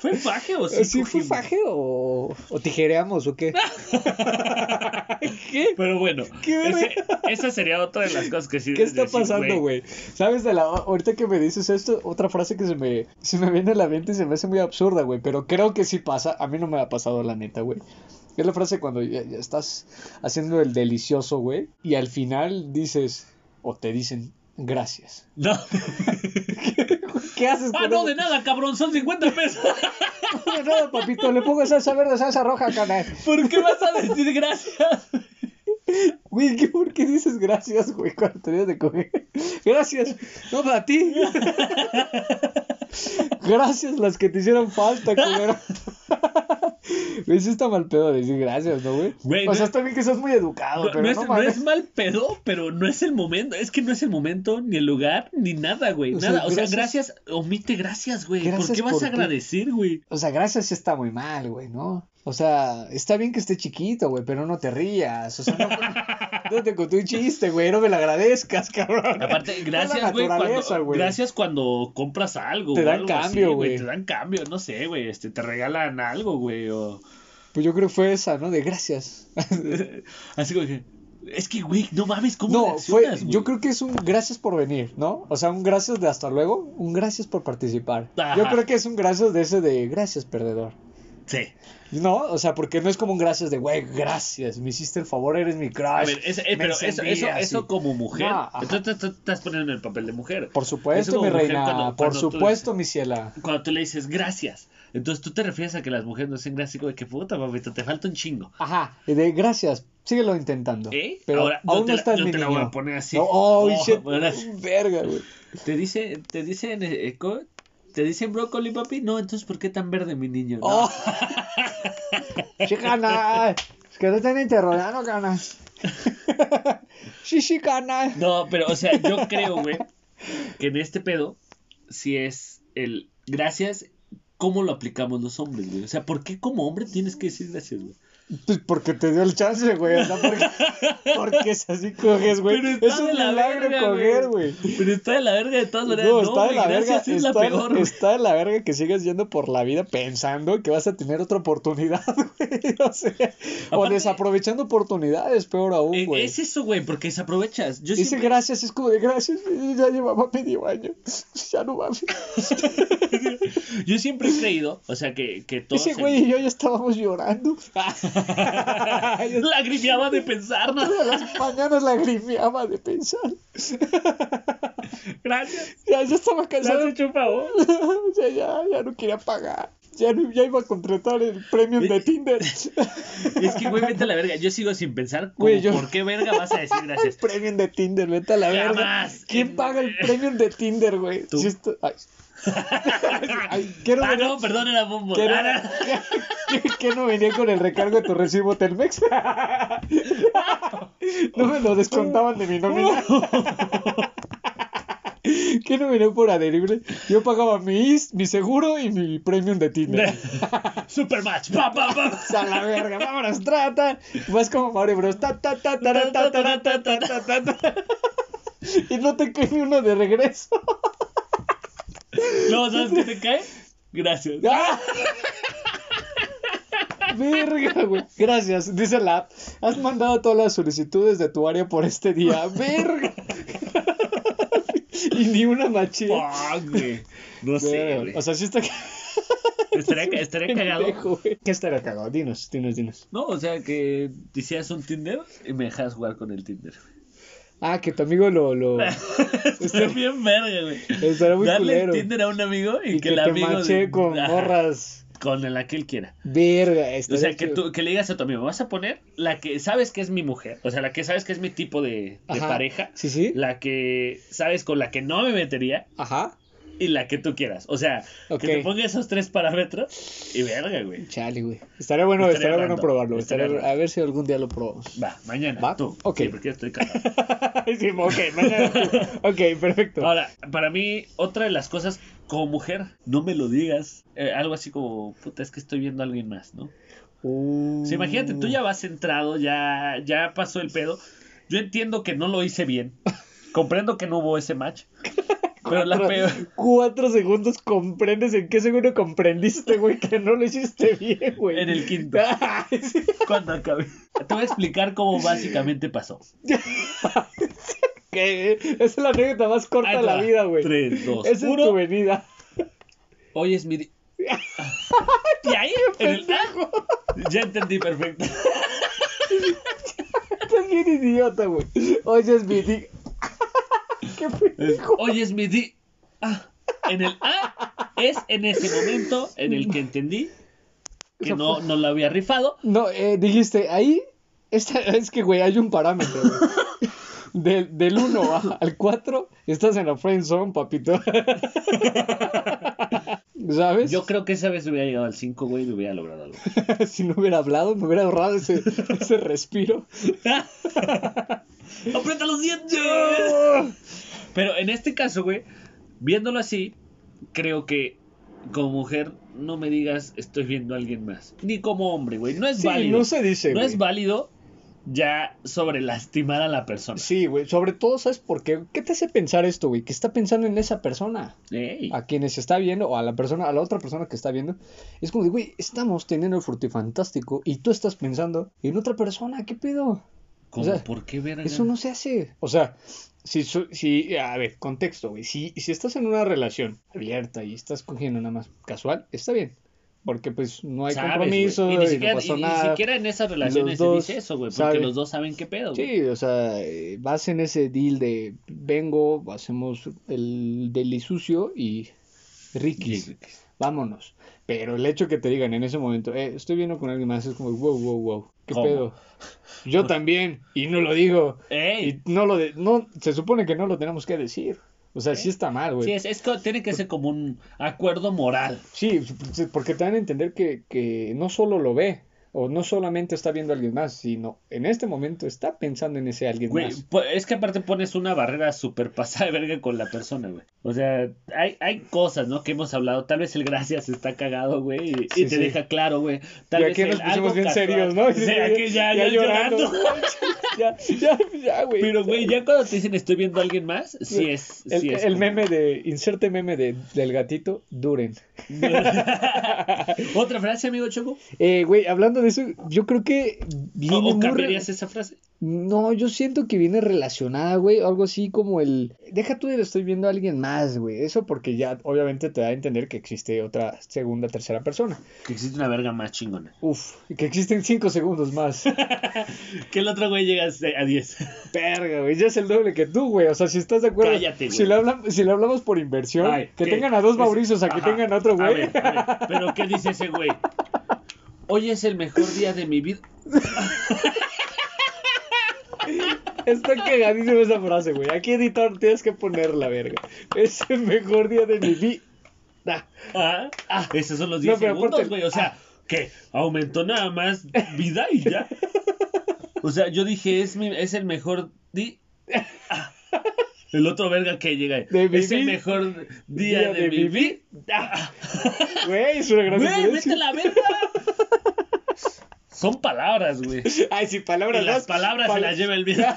¿Fue faje o sí? ¿Sí, fue cogimos? faje o, o tijereamos o qué? ¿Qué? Pero bueno, ¿Qué verga? ese- esa sería otra de las cosas que sí. ¿Qué está decir, pasando, güey? ¿Sabes de la ahorita que me dices esto, otra frase que se me se me viene a la mente y se me hace muy absurda, güey, pero creo que sí pasa, a mí no me ha pasado la neta, güey. Es la frase cuando ya, ya estás haciendo el delicioso, güey, y al final dices o te dicen gracias. No. ¿Qué haces Ah, con no, eso? de nada, cabrón, son 50 pesos. De nada, papito, le pongo salsa verde, salsa roja, canal. ¿Por qué vas a decir gracias? Güey, ¿qué- ¿por qué dices gracias, güey, cuando tenías de coger? Gracias. No, para ti. Gracias las que te hicieron falta, culero. Güey, sí está mal pedo decir gracias, ¿no, güey? Güey, o no sea, es- está bien que seas muy educado, No, pero no no, es, no mames. es mal pedo, pero no es el momento. Es que no es el momento, ni el lugar, ni nada, güey. O sea, Nada. O sea, gracias- gracias, omite gracias, güey. ¿Por Gracias qué vas por a qué. agradecer, güey? O sea, gracias sí está muy mal, güey, ¿no? O sea, está bien que esté chiquito, güey, pero no te rías. O sea, no, no te conté un chiste, güey, no me lo agradezcas, cabrón. Aparte, la gracias, güey. naturaleza, Cuando, güey. gracias cuando compras algo. Te o dan algo así, cambio, güey. Te dan cambio, no sé, güey. Este, te regalan algo, güey. O... Pues yo creo que fue esa, ¿no? De gracias. Así como que. Es que, güey, no mames, ¿cómo No, fue, reaccionas, güey? yo creo que es un gracias por venir, ¿no? O sea, un gracias de hasta luego, un gracias por participar. Ajá. Yo creo que es un gracias de ese de gracias, perdedor. Sí. No, o sea, porque no es como un gracias de, güey, gracias, me hiciste el favor, eres mi crush. A ver, ese- me eh, pero eso, encendí eso, así". eso como mujer. No, ajá. entonces tú- tú estás poniendo en el papel de mujer. Por Eso supuesto, como mi mujer reina, cuando- por cuando tú supuesto, mi ciela. cuando tú le dices gracias, entonces tú te refieres a que las mujeres no hacen gracias, como de que puta, papito, te falta un chingo. Ajá, y de gracias, síguelo intentando. ¿Eh? Pero Ahora, yo aún te no la- estás yo mi te la voy a niño. poner así. No, oh, Oh, shit, bueno. verga, güey. Te dice, te dicen, eh, co- te dicen brócoli, papi, no, entonces ¿por qué tan verde, mi niño? No. Oh. Chicana, es que te están interrogando, cana. Sí, sí, cana. No, pero, o sea, yo creo, güey, que en este pedo, si es el gracias, ¿cómo lo aplicamos los hombres, güey? O sea, ¿por qué como hombre tienes que decir gracias, güey? Pues porque te dio el chance, güey. O sea, porque, porque es así coges, güey. Pero está Es de un la milagro verga, coger, güey. Pero está de la verga de todas maneras. No, No, está de güey, la verga. gracias es la está de- peor, güey. está de la verga que sigas yendo por la vida pensando que vas a tener otra oportunidad, güey. O sea, o Aparte- desaprovechando oportunidades, peor aún, Eh, güey. Es eso, güey, porque desaprovechas. Yo Ese siempre- gracias es como de gracias, ya llevaba medio año, ya no mames. Yo siempre he creído, o sea, que, que todos... Ese en- güey y yo ya estábamos llorando. Yo Lagrimeaba de pensar, ¿no? todas las mañanas lagrimeaba de pensar. Gracias. Ya, ya estaba me cansado has hecho un favor. O sea, ya, ya no quería pagar. Ya, no- ya iba a contratar el premium de Tinder. Es que, güey, vete a la verga. Yo sigo sin pensar, como, Güey, yo- ¿por qué verga vas a decir gracias? premium de Tinder, vete a la verga. Jamás. ¿Quién paga el premium de Tinder, güey? Tú. Si esto- Ay. Ay, quiero Ah, ver- no, perdón, era bombo. ¿Qué no, Ah, no. ¿Qué- qué no venía con el recargo de tu recibo Telmex? No me lo descontaban de mi nómina. ¿Qué no venía por adherible? Yo pagaba mi, is- mi seguro y mi premium de Tinder. Supermatch. Pa, pa, pa. A la verga, vámonos, trata. Vas como Mario Bros. Ta, ta, ta, ta, ta, ta, ta, ta, ta, ta, ta. Y no te cae ni uno de regreso. No, ¿sabes qué te cae? Gracias. ¡Ah! Verga, güey. Gracias. Dice la app. Has mandado todas las solicitudes de tu área por este día. Verga. Y ni una machina. Fuck, güey. No sé, güey. o sea, sí está Estaría, estaría cagado. pendejo, güey. ¿Qué estará cagado? Dinos, dinos, dinos. No, o sea, que hicieras un Tinder y me dejas jugar con el Tinder. Ah, que tu amigo lo. lo... Está bien verga, güey. Estará muy Darle culero. el Tinder a un amigo y, Y que, que el te amigo. maché con Ajá, morras. Con la que él quiera. Verga. O estaría sea, que, chido. tú, que le digas a tu amigo, vas a poner la que sabes que es mi mujer. O sea, la que sabes que es mi tipo de, de Ajá. pareja. Sí, sí. La que sabes con la que no me metería Ajá. y la que tú quieras. O sea, Ok. que te ponga esos tres parámetros y verga, güey. Chale, güey. Estaría bueno, Estaría estaría bueno random. probarlo. Estaría estaría- random. A ver si algún día lo probamos. Va, mañana. ¿Va? Tú. Ok. Sí, porque yo estoy cagado. Sí, ok, mañana. ok, perfecto. Ahora, para mí, otra de las cosas como mujer, no me lo digas. eh, algo así como, puta, es que estoy viendo a alguien más, ¿no? O sea, imagínate, tú ya vas centrado, ya, ya pasó el pedo. Yo entiendo que no lo hice bien. Comprendo que no hubo ese match. Pero la peor. Mm. Cuatro segundos comprendes en qué segundo comprendiste, güey, que no lo hiciste bien, güey. En el quinto. Ay, sí. Cuando acabé. Te voy a explicar cómo básicamente pasó. Que es la anécdota más corta Ahí te de la va. vida, güey. Tres, dos, Esa es uno. tu venida. Hoy es mi. di- y ahí, en el- Ya entendí perfecto. Estás bien idiota, güey. Oye, es mi di- Qué pendejo. Hoy es mi di- Ah, en el ah, es en ese momento en el que entendí que no, no lo había rifado. No, eh, dijiste, ahí. esta- es que, güey, hay un parámetro, güey. Del, del 1 a- al 4 estás en la friend zone, papito. ¿Sabes? Yo creo que esa vez hubiera llegado al 5, güey, y hubiera logrado algo. si no hubiera hablado, me hubiera ahorrado ese, ese respiro. ¡Aprieta los dientes! Pero en este caso, güey, viéndolo así, creo que como mujer no me digas estoy viendo a alguien más. Ni como hombre, güey. No es Sí, válido. no se dice. No güey. es válido ya sobre lastimar a la persona. Sí, güey. Sobre todo, ¿sabes por qué? ¿Qué te hace pensar esto, güey? Que está pensando en esa persona. Ey. A quienes está viendo, o a la persona, a la otra persona que está viendo. Es como de, güey, estamos teniendo el frutifantástico y tú estás pensando en otra persona. ¿Qué pedo? Como, o sea, ¿por qué verga? Eso no se hace. O sea, si, su- si a ver, contexto, güey. Si, si estás en una relación abierta y estás cogiendo nada más casual, está bien. Porque pues no hay Sabes, compromiso güey. y, Y ni siquiera, no pasó y- y nada. siquiera en esas relaciones se dos dice eso, güey. Porque saben. los dos saben qué pedo, güey. Sí, o sea, eh, vas en ese deal de vengo, hacemos el deli sucio y riquis, Y- vámonos. Pero el hecho que te digan en ese momento, eh, estoy viendo con alguien más, es como, wow, wow, wow, qué ¿Cómo? pedo. Yo también, y no lo digo. Ey. Y no lo de, no, se supone que no lo tenemos que decir. O sea, sí está mal, Sí, güey. es, es co- tiene que ser como un acuerdo moral. Sí, porque te dan a entender que, que no solo lo ve, o no solamente está viendo a alguien más, sino en este momento está pensando en ese alguien Güey, más. po- es que aparte pones una barrera súper pasada de verga con la persona, güey. O sea, hay, hay cosas, ¿no? Que hemos hablado. Tal vez el gracias está cagado, güey, y, y Sí, te sí. deja claro, güey. Tal y vez aquí nos el algo pusimos bien casual. serios, ¿no? O sea, que ya, ya, llorando. ya, ya, ya, güey. Pero, güey, ya cuando te dicen estoy viendo a alguien más, sí es. el, sí es el como- meme de, inserte meme de, del gatito, duren. Otra frase, amigo Choco. Eh, güey, hablando de eso, yo creo que viene ¿O, o muy re- cambiarías esa frase? No, yo siento que viene relacionada, güey, algo así como el, deja tú de estoy viendo a alguien más, güey, eso porque ya obviamente te da a entender que existe otra segunda, tercera persona. Que existe una verga más chingona. Uf, y que existen cinco segundos más. Que el otro güey llega a 10. Verga, güey, ya es el doble que tú, güey. O sea, si estás de acuerdo. Cállate, güey. Si le hablamos, si le hablamos por inversión, Ay, que ¿qué? tengan a dos Es- Mauricios, a que Ajá. tengan a otro A güey. ver, a ver, Pero ¿qué dice ese güey? Hoy es el mejor día de mi vida. Está cagadísima esa frase, güey. Aquí, editor, tienes que ponerla, verga. Es el mejor día de mi vida. Ah, ah, esos son los No, 10 pero segundos, aparte- ah. güey. O sea, que aumentó nada más vida y ya. O sea, yo dije, es, mi, es el mejor día. El otro verga que llega. ahí, De mi es el vi- mejor día, día de, de Ah. mi mi vida. Güey, es una gran Güey, referencia. vete a la verga. Son palabras, güey. Ay, sí, Y palabras las más. palabras se pal- las lleva el viento.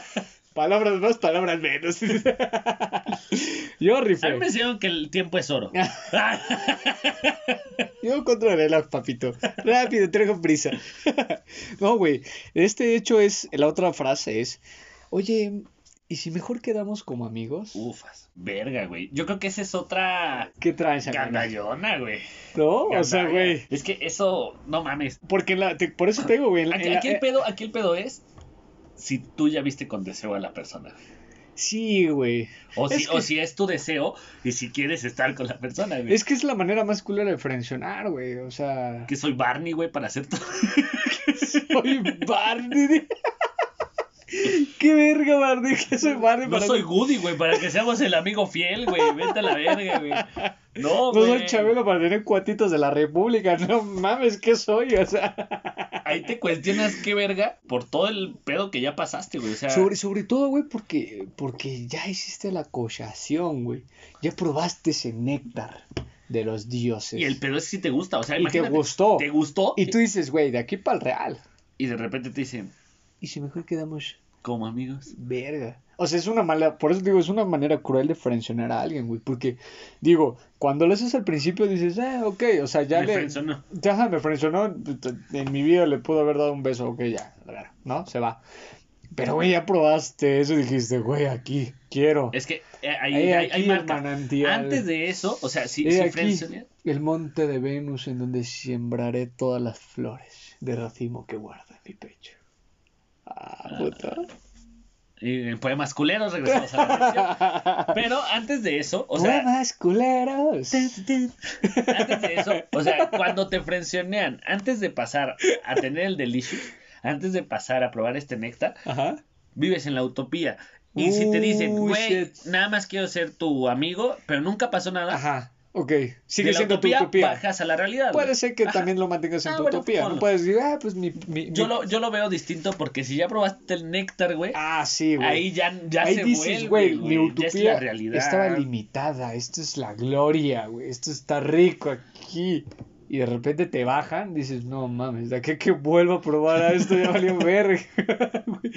Palabras más, palabras menos. Yo A mí rifé. me enseñaron que el tiempo es oro. Ah. Yo contra el reloj, papito. Rápido, traigo prisa. No, güey. Este hecho es, la otra frase es, oye, ¿y si mejor quedamos como amigos? Ufas. Verga, güey. Yo creo que esa es otra ¿Qué traes, hermana? gandallona, güey. No, o sea, Gandalla. güey. Es que eso, no mames. Porque en la, te- por eso tengo, güey. en la- Aquí, en la- aquí el pedo, aquí el pedo es si tú ya viste con deseo a la persona. Sí, güey. O si, Es que- o si es tu deseo y si quieres estar con la persona, güey. Es que es la manera más culera de frencionar, güey. O sea, Que soy Barney, güey, para hacer todo. soy Barney. Qué verga, Barney. Que soy Barney. No para- soy Woody, güey, para que seamos el amigo fiel, güey. Vete a la verga, güey. No No, güey. soy Chabelo para tener cuatitos de la República. No mames, ¿qué soy? O sea. Ahí te cuestionas qué verga por todo el pedo que ya pasaste, güey. O sea, Sobre, sobre todo, güey, porque, porque ya hiciste la collación, güey. Ya probaste ese néctar de los dioses. Y el pedo es si te gusta, o sea, Y te imagínate, gustó. Te gustó Y tú dices, güey, de aquí para el real. y de repente te dicen, Y si mejor quedamos como amigos. verga. O sea, es una mala, por eso digo, es una manera cruel de frencionar a alguien, güey. Porque, digo, cuando lo haces al principio dices, ah, ok, o sea, ya me le. friendzoneó. Ya, ajá, me frencionó. En mi vida le pudo haber dado un beso. Ok, ya, la verga, ¿no? Se va. Pero, güey, ya probaste eso. Dijiste, güey, aquí, quiero. Es que eh, ahí He hay, aquí el marca. manantial. Antes de eso, o sea, si, He si eh, aquí friendzone- el monte de Venus en donde sembraré todas las flores de racimo que guarda en mi pecho. Ah, puta. y en poemas culeros eh, regresamos a la sección. Pero antes de eso, o sea, Nuevas culeros. antes de eso, o sea, cuando te frencionean, antes de pasar a tener el delicious, antes de pasar a probar este néctar, Ajá. vives en la utopía. Y si te dicen, Uy, güey, shit. nada más quiero ser tu amigo, pero nunca pasó nada. Ajá, ok. de Sigue la siendo utopía, tu utopía. bajas a la realidad. güey. Puede ser que Ajá. también lo mantengas en Ah, tu bueno, utopía. ponlo. No puedes decir, ah, pues mi. mi- Yo mi- lo, yo lo veo distinto porque si ya probaste el néctar, güey, Ah, sí, güey. ahí ya, ya Ahí se dices, güey, vuelve, mi güey, ya utopía es la realidad. estaba limitada. Esto es la gloria, güey. Esto está rico aquí. Y de repente te bajan, dices, no mames, de aquí que vuelvo a probar a esto ya valió verga. güey.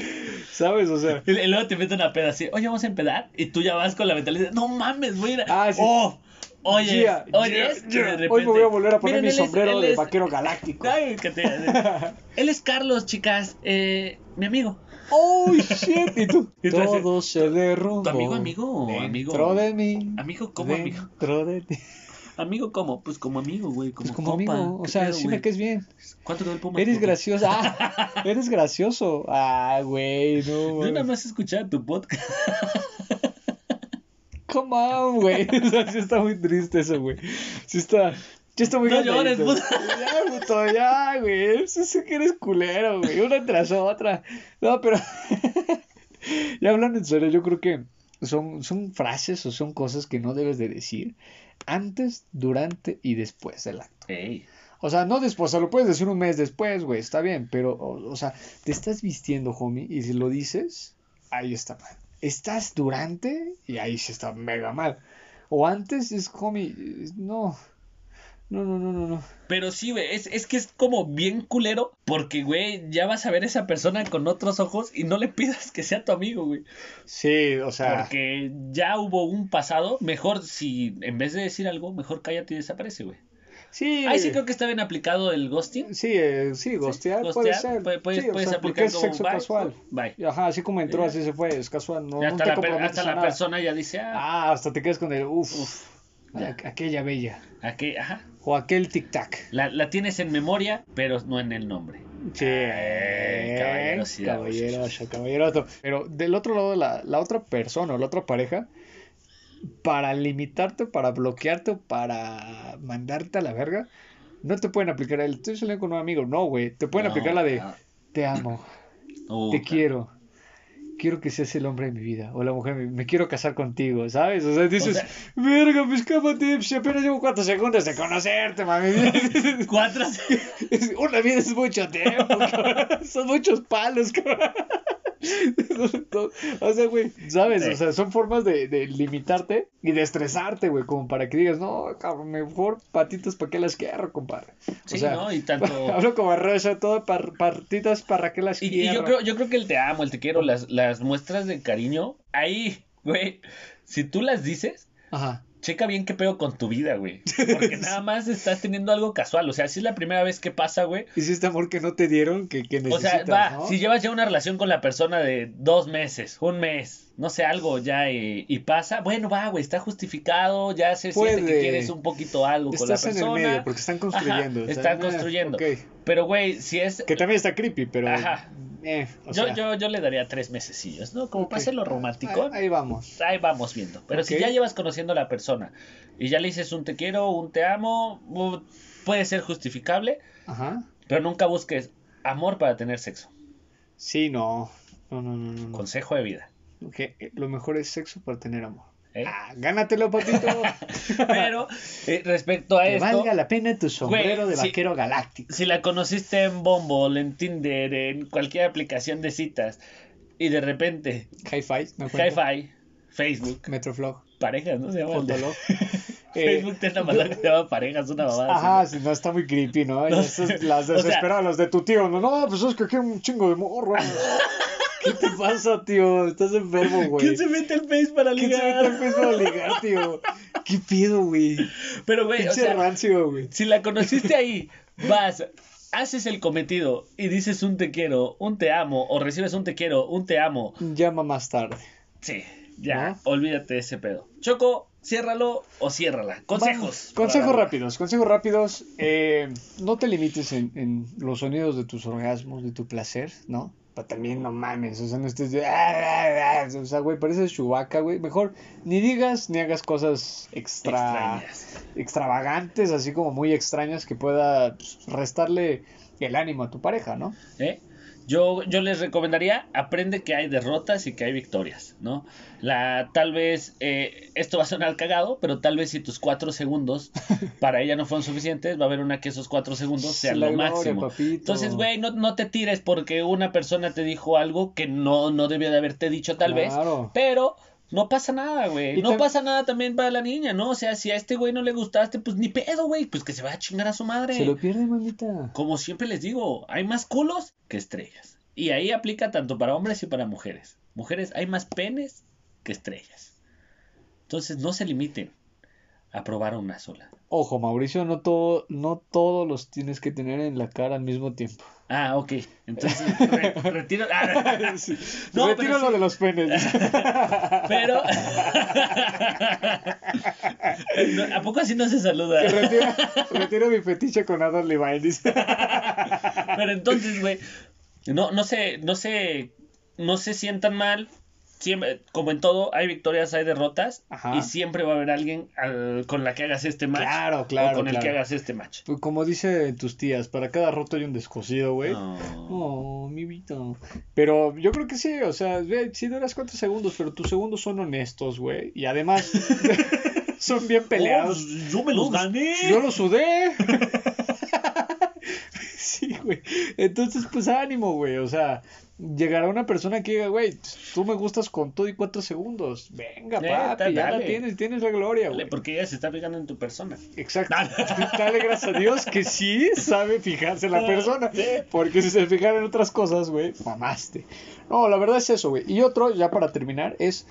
¿Sabes? O sea, Y y luego te meten a peda así, oye, vamos a empedar. Y tú ya vas con la mentalidad, no mames, voy a ir. a- Ah, sí. Oh, oye, yeah, oye, yeah, yeah. hoy me voy a volver a poner mi sombrero de vaquero vaquero. galáctico. Él es Carlos, chicas, eh, mi amigo. ¡Oh, shit! ¿Y tú? Y tú así, Todo se derrumbó. ¿tu amigo, amigo o amigo? Dentro de mí. Amigo, ¿cómo amigo? Dentro de ti. Amigo, ¿cómo? Pues como amigo, güey, como, Pues como compa. amigo. O ¿Qué sea, pedo, sí güey? me caes bien. ¿Cuánto quedó el puma? Eres gracioso. Ah, eres gracioso. Ah, güey, no. Yo nada mames. más escuchaba tu podcast. Come on, güey. O sea, sí está muy triste eso, güey. Sí está. Sí está muy No llores, gandallito. puta. Ya, puto, ya, güey. Sí sé que eres culero, güey. Una tras otra. No, pero. ya hablando en serio, yo creo que son, son frases o son cosas que no debes de decir antes, durante y después del acto. Ey, O sea, no después, o sea, lo puedes decir un mes después, güey, está bien, pero, o, o sea, te estás vistiendo, homie, y si lo dices, ahí está mal. Estás durante, y ahí sí está mega mal. O antes es, homie, eh, no. No, no, no, no, no. Pero sí, güey, es, es que es como bien culero porque, güey, ya vas a ver a esa persona con otros ojos y no le pidas que sea tu amigo, güey. Sí, o sea. Porque ya hubo un pasado, mejor si en vez de decir algo, mejor cállate y desaparece, güey. Sí. Ahí sí creo que está bien aplicado el ghosting. Sí, eh, sí, gostear puede Ghostear, ser. puede- pues, puedes, sí, o puedes sea, porque aplicar es como sexo bye, casual. Bye. Ajá, así como entró, Sí. así se fue, es casual. No, Ya no hasta te la, per- comprometes hasta a la nada. persona ya dice, ah, Ah, hasta te quedas con el, uff, ya. aquella bella. ¿a qué? Ajá. O aquel tic-tac. La, la tienes en memoria, pero no en el nombre. Sí, eh, Ay, caballerosidad, caballeroso, caballeroso. Pero del otro lado, la, la otra persona o la otra pareja, para limitarte, para bloquearte o para mandarte a la verga, no te pueden aplicar el estoy saliendo con un amigo. No, güey. Te pueden No, aplicar la de ah, te amo, oh, te claro. quiero, quiero que seas el hombre de mi vida o la mujer, de mi- me quiero casar contigo, ¿sabes? O sea, dices, sea- verga, pues cámate, si apenas llevo cuatro segundos de conocerte, mami. Cuatro. Es- Una vida es mucho tiempo, cabrón. Son muchos palos, cabrón. No, O sea, güey, ¿sabes? Sí. O sea, son formas de, de limitarte y de estresarte, güey, como para que digas, no, cabrón, mejor patitas para qué las quiero, compadre. O Sí, sea, ¿no? Y tanto. hablo como arroyo, todo par- partitas para que las Y, y quiero. yo, creo, yo creo que el te amo, el te quiero, las, las muestras de cariño, ahí, güey, si tú las dices, Ajá. checa bien qué pedo con tu vida, güey. Porque nada más estás teniendo algo casual. O sea, si es la primera vez que pasa, güey. Hiciste amor que no te dieron, que, que O necesitas, sea, va, ¿no? si llevas ya una relación con la persona de dos meses, un mes, no sé, algo ya eh, y, pasa, bueno, va, güey, está justificado, ya se siente que Puede. quieres un poquito algo con la Estás en el persona. medio, porque están construyendo. Ajá, o sea, están eh, construyendo. ok. Pero, güey, si es... Que también está creepy, pero... Ajá. eh, o yo, sea, yo, yo le daría tres mesecillos, ¿no? Como ok. pase lo romántico. Ahí- ahí vamos. Ahí vamos viendo. Pero si Ok. ya llevas conociendo a la persona y ya le dices un te quiero, un te amo, u- puede ser justificable, Ajá. pero nunca busques amor para tener sexo. Sí, no. No, no, no, no, no. Consejo de vida. Que, eh, lo mejor es sexo para tener amor. ¿eh? Ah, gánatelo, papito. Pero eh, respecto a que esto, valga la pena tu sombrero Güey, de sí. vaquero galáctico. si la conociste en Bumble, en Tinder, en cualquier aplicación de citas y de repente, Hi-Fi, no cuenta. Hi-Fi, Facebook, Metroflog, parejas, ¿no se llama? Fotolog. Eh, Facebook te manda que se llama parejas, una mamada. así, Ajá, si no está muy creepy, ¿no? Y esas- las o sea- desesperadas, las de tu tío. No, no, pues es que aquí hay un chingo de morro. ¿Qué te pasa, tío? Estás enfermo, güey. ¿Quién se mete el Face para ¿Quién se ligar? mete al Facebook a ligar, tío? ¿Qué pido, güey? Pero, güey, o Pinche sea, rancio, güey. si la conociste ahí, vas, haces el cometido y dices un te quiero, un te amo, o recibes un te quiero, un te amo, Llama más tarde. sí, ya, ¿No? olvídate de ese pedo. Choco, ciérralo o ciérrala. Consejos. Vamos, consejos Para- rápidos, consejos rápidos. Eh, no te limites en, en los sonidos de tus orgasmos, de tu placer, ¿no? Pero también no mames, o sea, no estés de... "Ah, O sea, güey, pareces Chewbacca, güey. Mejor ni digas ni hagas cosas extra... Extrañas. extravagantes, así como muy extrañas que pueda pues, restarle el ánimo a tu pareja, ¿no? ¿eh? Yo, yo les recomendaría, aprende que hay derrotas y que hay victorias, ¿no? La, tal vez, eh, esto va a sonar cagado, pero tal vez si tus cuatro segundos para ella no fueron suficientes, va a haber una que esos cuatro segundos sean La lo gloria, máximo. papito. Entonces, güey, no, no te tires porque una persona te dijo algo que no, no debió de haberte dicho tal Claro. vez, pero... No pasa nada, güey. Y No tam- pasa nada también para la niña, ¿no? O sea, si a este güey no le gustaste, pues ni pedo, güey. Pues que se va a chingar a su madre. Se lo pierde, manita. Como siempre les digo, hay más culos que estrellas. Y ahí aplica tanto para hombres y para mujeres. Mujeres, hay más penes que estrellas. Entonces no se limiten a probar una sola. Ojo, Mauricio, no todo, no todos los tienes que tener en la cara al mismo tiempo. Ah, ok. Entonces, re- retiro. Ah, No, Retiro pero lo sí. de los penes. pero. No, ¿A poco así no se saluda? retiro, retiro mi fetiche con Adam Levine. dice. Pero entonces, güey, no, no se, no se, no se sientan mal. Siempre, como en todo, hay victorias, hay derrotas. Ajá. Y siempre va a haber alguien al- con la que hagas este match. Claro, claro, O con el claro. que hagas este match. Pues Como dicen tus tías, para cada roto hay un descosido, güey. No. Oh, mi vida. Pero yo creo que sí, o sea, ve, sí duras cuatro segundos, pero tus segundos son honestos, güey. Y además son bien peleados. Oh, yo me los gané. Yo lo sudé. sí, güey. Entonces, pues ánimo, güey. O sea, llegará una persona que diga, güey, tú me gustas con todo y cuatro segundos. Venga, Neta, papi, ya la dale. tienes, tienes la gloria, Dale, güey. Porque ella se está fijando en tu persona. Exacto. Dale gracias a Dios que sí sabe fijarse la persona. Sí. Porque si se fijara en otras cosas, güey, mamaste. No, la verdad es eso, güey. Y otro, ya para terminar, es: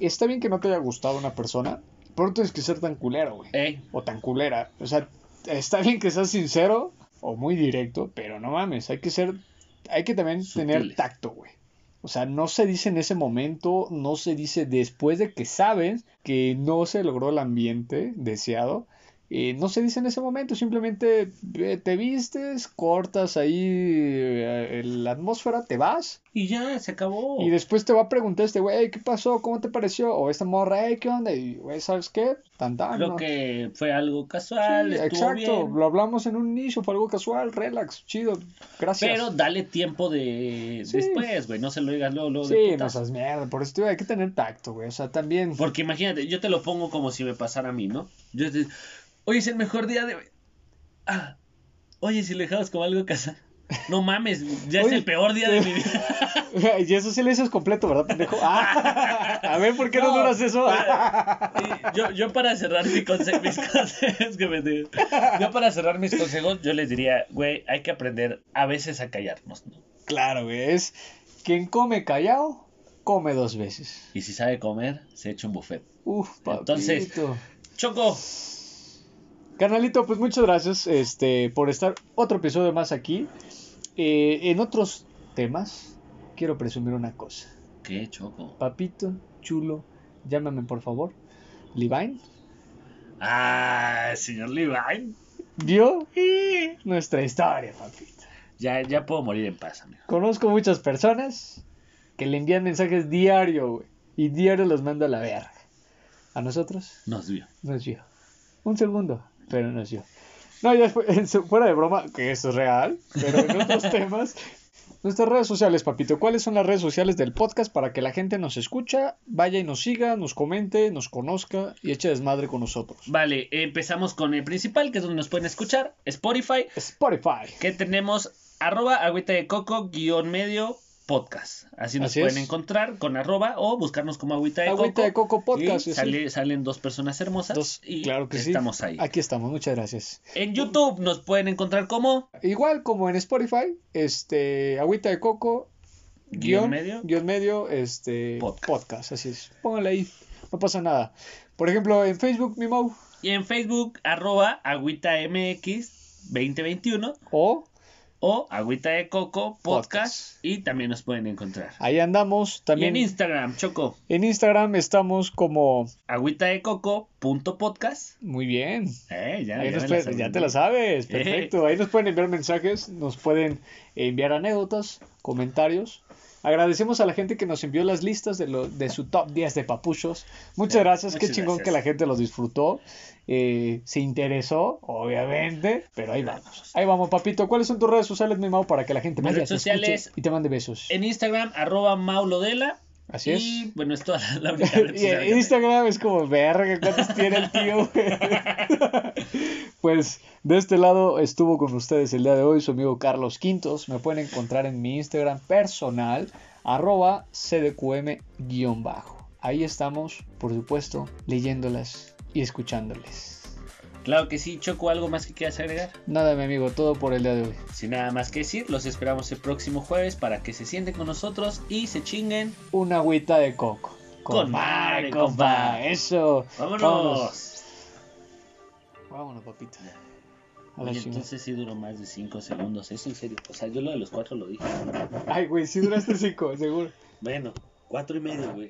está bien que no te haya gustado una persona, pero no tienes que ser tan culero, güey. Ey, O tan culera. O sea, está bien que seas sincero o muy directo, pero no mames, hay que ser. Hay que también tener Sutiles. tacto, güey. O sea, no se dice en ese momento, no se dice después de que sabes que no se logró el ambiente deseado. eh, no se dice en ese momento, simplemente eh, te vistes, cortas ahí eh, la atmósfera, te vas. y ya, se acabó. Y después te va a preguntar este güey, ¿qué pasó? ¿Cómo te pareció? O esta morra, "Ey, ¿qué onda? Y, güey, ¿sabes qué? Tan, tan, Creo ah, ¿no? que fue algo Sí, casual, estuvo exacto, bien. lo hablamos en un nicho, fue algo casual, relax, chido, gracias. Pero dale tiempo de Sí. después, güey. No se lo digas luego, luego de sí, no putazo. seas mierda, por eso te digo, hay que tener tacto, güey, o sea, también, Porque imagínate, yo te lo pongo como si me pasara a mí, ¿no? Yo te- hoy es el mejor día de. Ah, oye, si lo dejabas como algo casar. No mames, ya Oye. es el peor día de mi vida. y eso sí le dices completo, ¿verdad, pendejo? Ah, a ver, ¿por qué no, No, duras eso? Y yo, yo para cerrar mi conse- mis consejos que me di- Yo para cerrar mis consejos, yo les diría, güey, hay que aprender a veces a callarnos, ¿no? claro, güey, es quien come callado, come dos veces. Y si sabe comer, se echa un buffet. Uf, papito. Entonces- Choco, Canalito, pues muchas gracias este, por estar otro episodio más aquí. Eh, en otros temas, quiero presumir una cosa. ¿qué choco? Papito, chulo, llámame por favor. Levine Ah, señor Levine. vio nuestra historia, papito. Ya, ya puedo morir en paz, amigo. Conozco muchas personas que le envían mensajes diario, güey. Y diario los manda a la verga. A nosotros Nos vio. nos vio. Un segundo, pero nos vio. No, ya fu- en su- fuera de broma, que esto es real, pero en otros temas. Nuestras redes sociales, papito. ¿Cuáles son las redes sociales del podcast para que la gente nos escucha, vaya y nos siga, nos comente, nos conozca y eche desmadre con nosotros? Vale, empezamos con el principal, que es donde nos pueden escuchar, Spotify, Spotify. que tenemos arroba agüita de coco guión medio podcast. Así nos Así pueden es. encontrar con arroba o buscarnos como agüita de Agüita coco. de Coco Podcast, Y sí, sale- salen dos personas hermosas Dos, y claro que sí. estamos ahí. Aquí estamos, muchas gracias. En YouTube nos pueden encontrar como Igual como en Spotify, este, agüita de coco, guión, guión medio. guión medio, este, podcast. Podcast. así es. Póngale ahí, no pasa nada. Por ejemplo, en Facebook, mi Mau, Y en Facebook arroba agüita mx 2021 o o agüita de coco podcast, Podcast. y también nos pueden encontrar. ahí andamos Ah, también. Y en, en Instagram, Choco. Instagram estamos como, agüita de coco.podcast. muy bien, Eh, ya, Ahí ya nos me pueden- la sabía. ya te la sabes, perfecto. Ahí nos pueden enviar mensajes, nos pueden enviar anécdotas, comentarios. Agradecemos a la gente que nos envió las listas de, lo, de su top 10 de papuchos. Muchas Sí, gracias, qué muchas chingón gracias. que la gente los disfrutó. eh, se interesó, obviamente, pero ahí vamos. Ahí vamos, papito. ¿Cuáles son tus redes sociales, mi Mau, para que la gente Mis vaya, redes te escuche sociales- y te mande besos? En Instagram, arroba maulodela. Así y, es. bueno, es toda la, la única red Y social que en Instagram es como, verga, ¿cuántos tiene el tío? pues de este lado estuvo con ustedes el día de hoy su amigo Carlos Quintos. Me pueden encontrar en mi Instagram personal, arroba cdqm-bajo. Ahí estamos, por supuesto, leyéndolas y escuchándoles. tengo. Claro que sí, Choco, ¿algo más que quieras agregar? Nada, mi amigo, todo por el día de hoy. Sin nada más que decir, los esperamos el próximo jueves para que se sienten con nosotros y se chinguen. Una agüita de coco. Con madre, compa. Eso. ¡Vámonos! Vámonos, papito. A la Oye, chingada. entonces sí duró más de 5 segundos, es en serio. O sea, yo lo de los 4 lo dije. Ay, güey, sí duraste cinco, seguro. Bueno, 4 y medio, güey.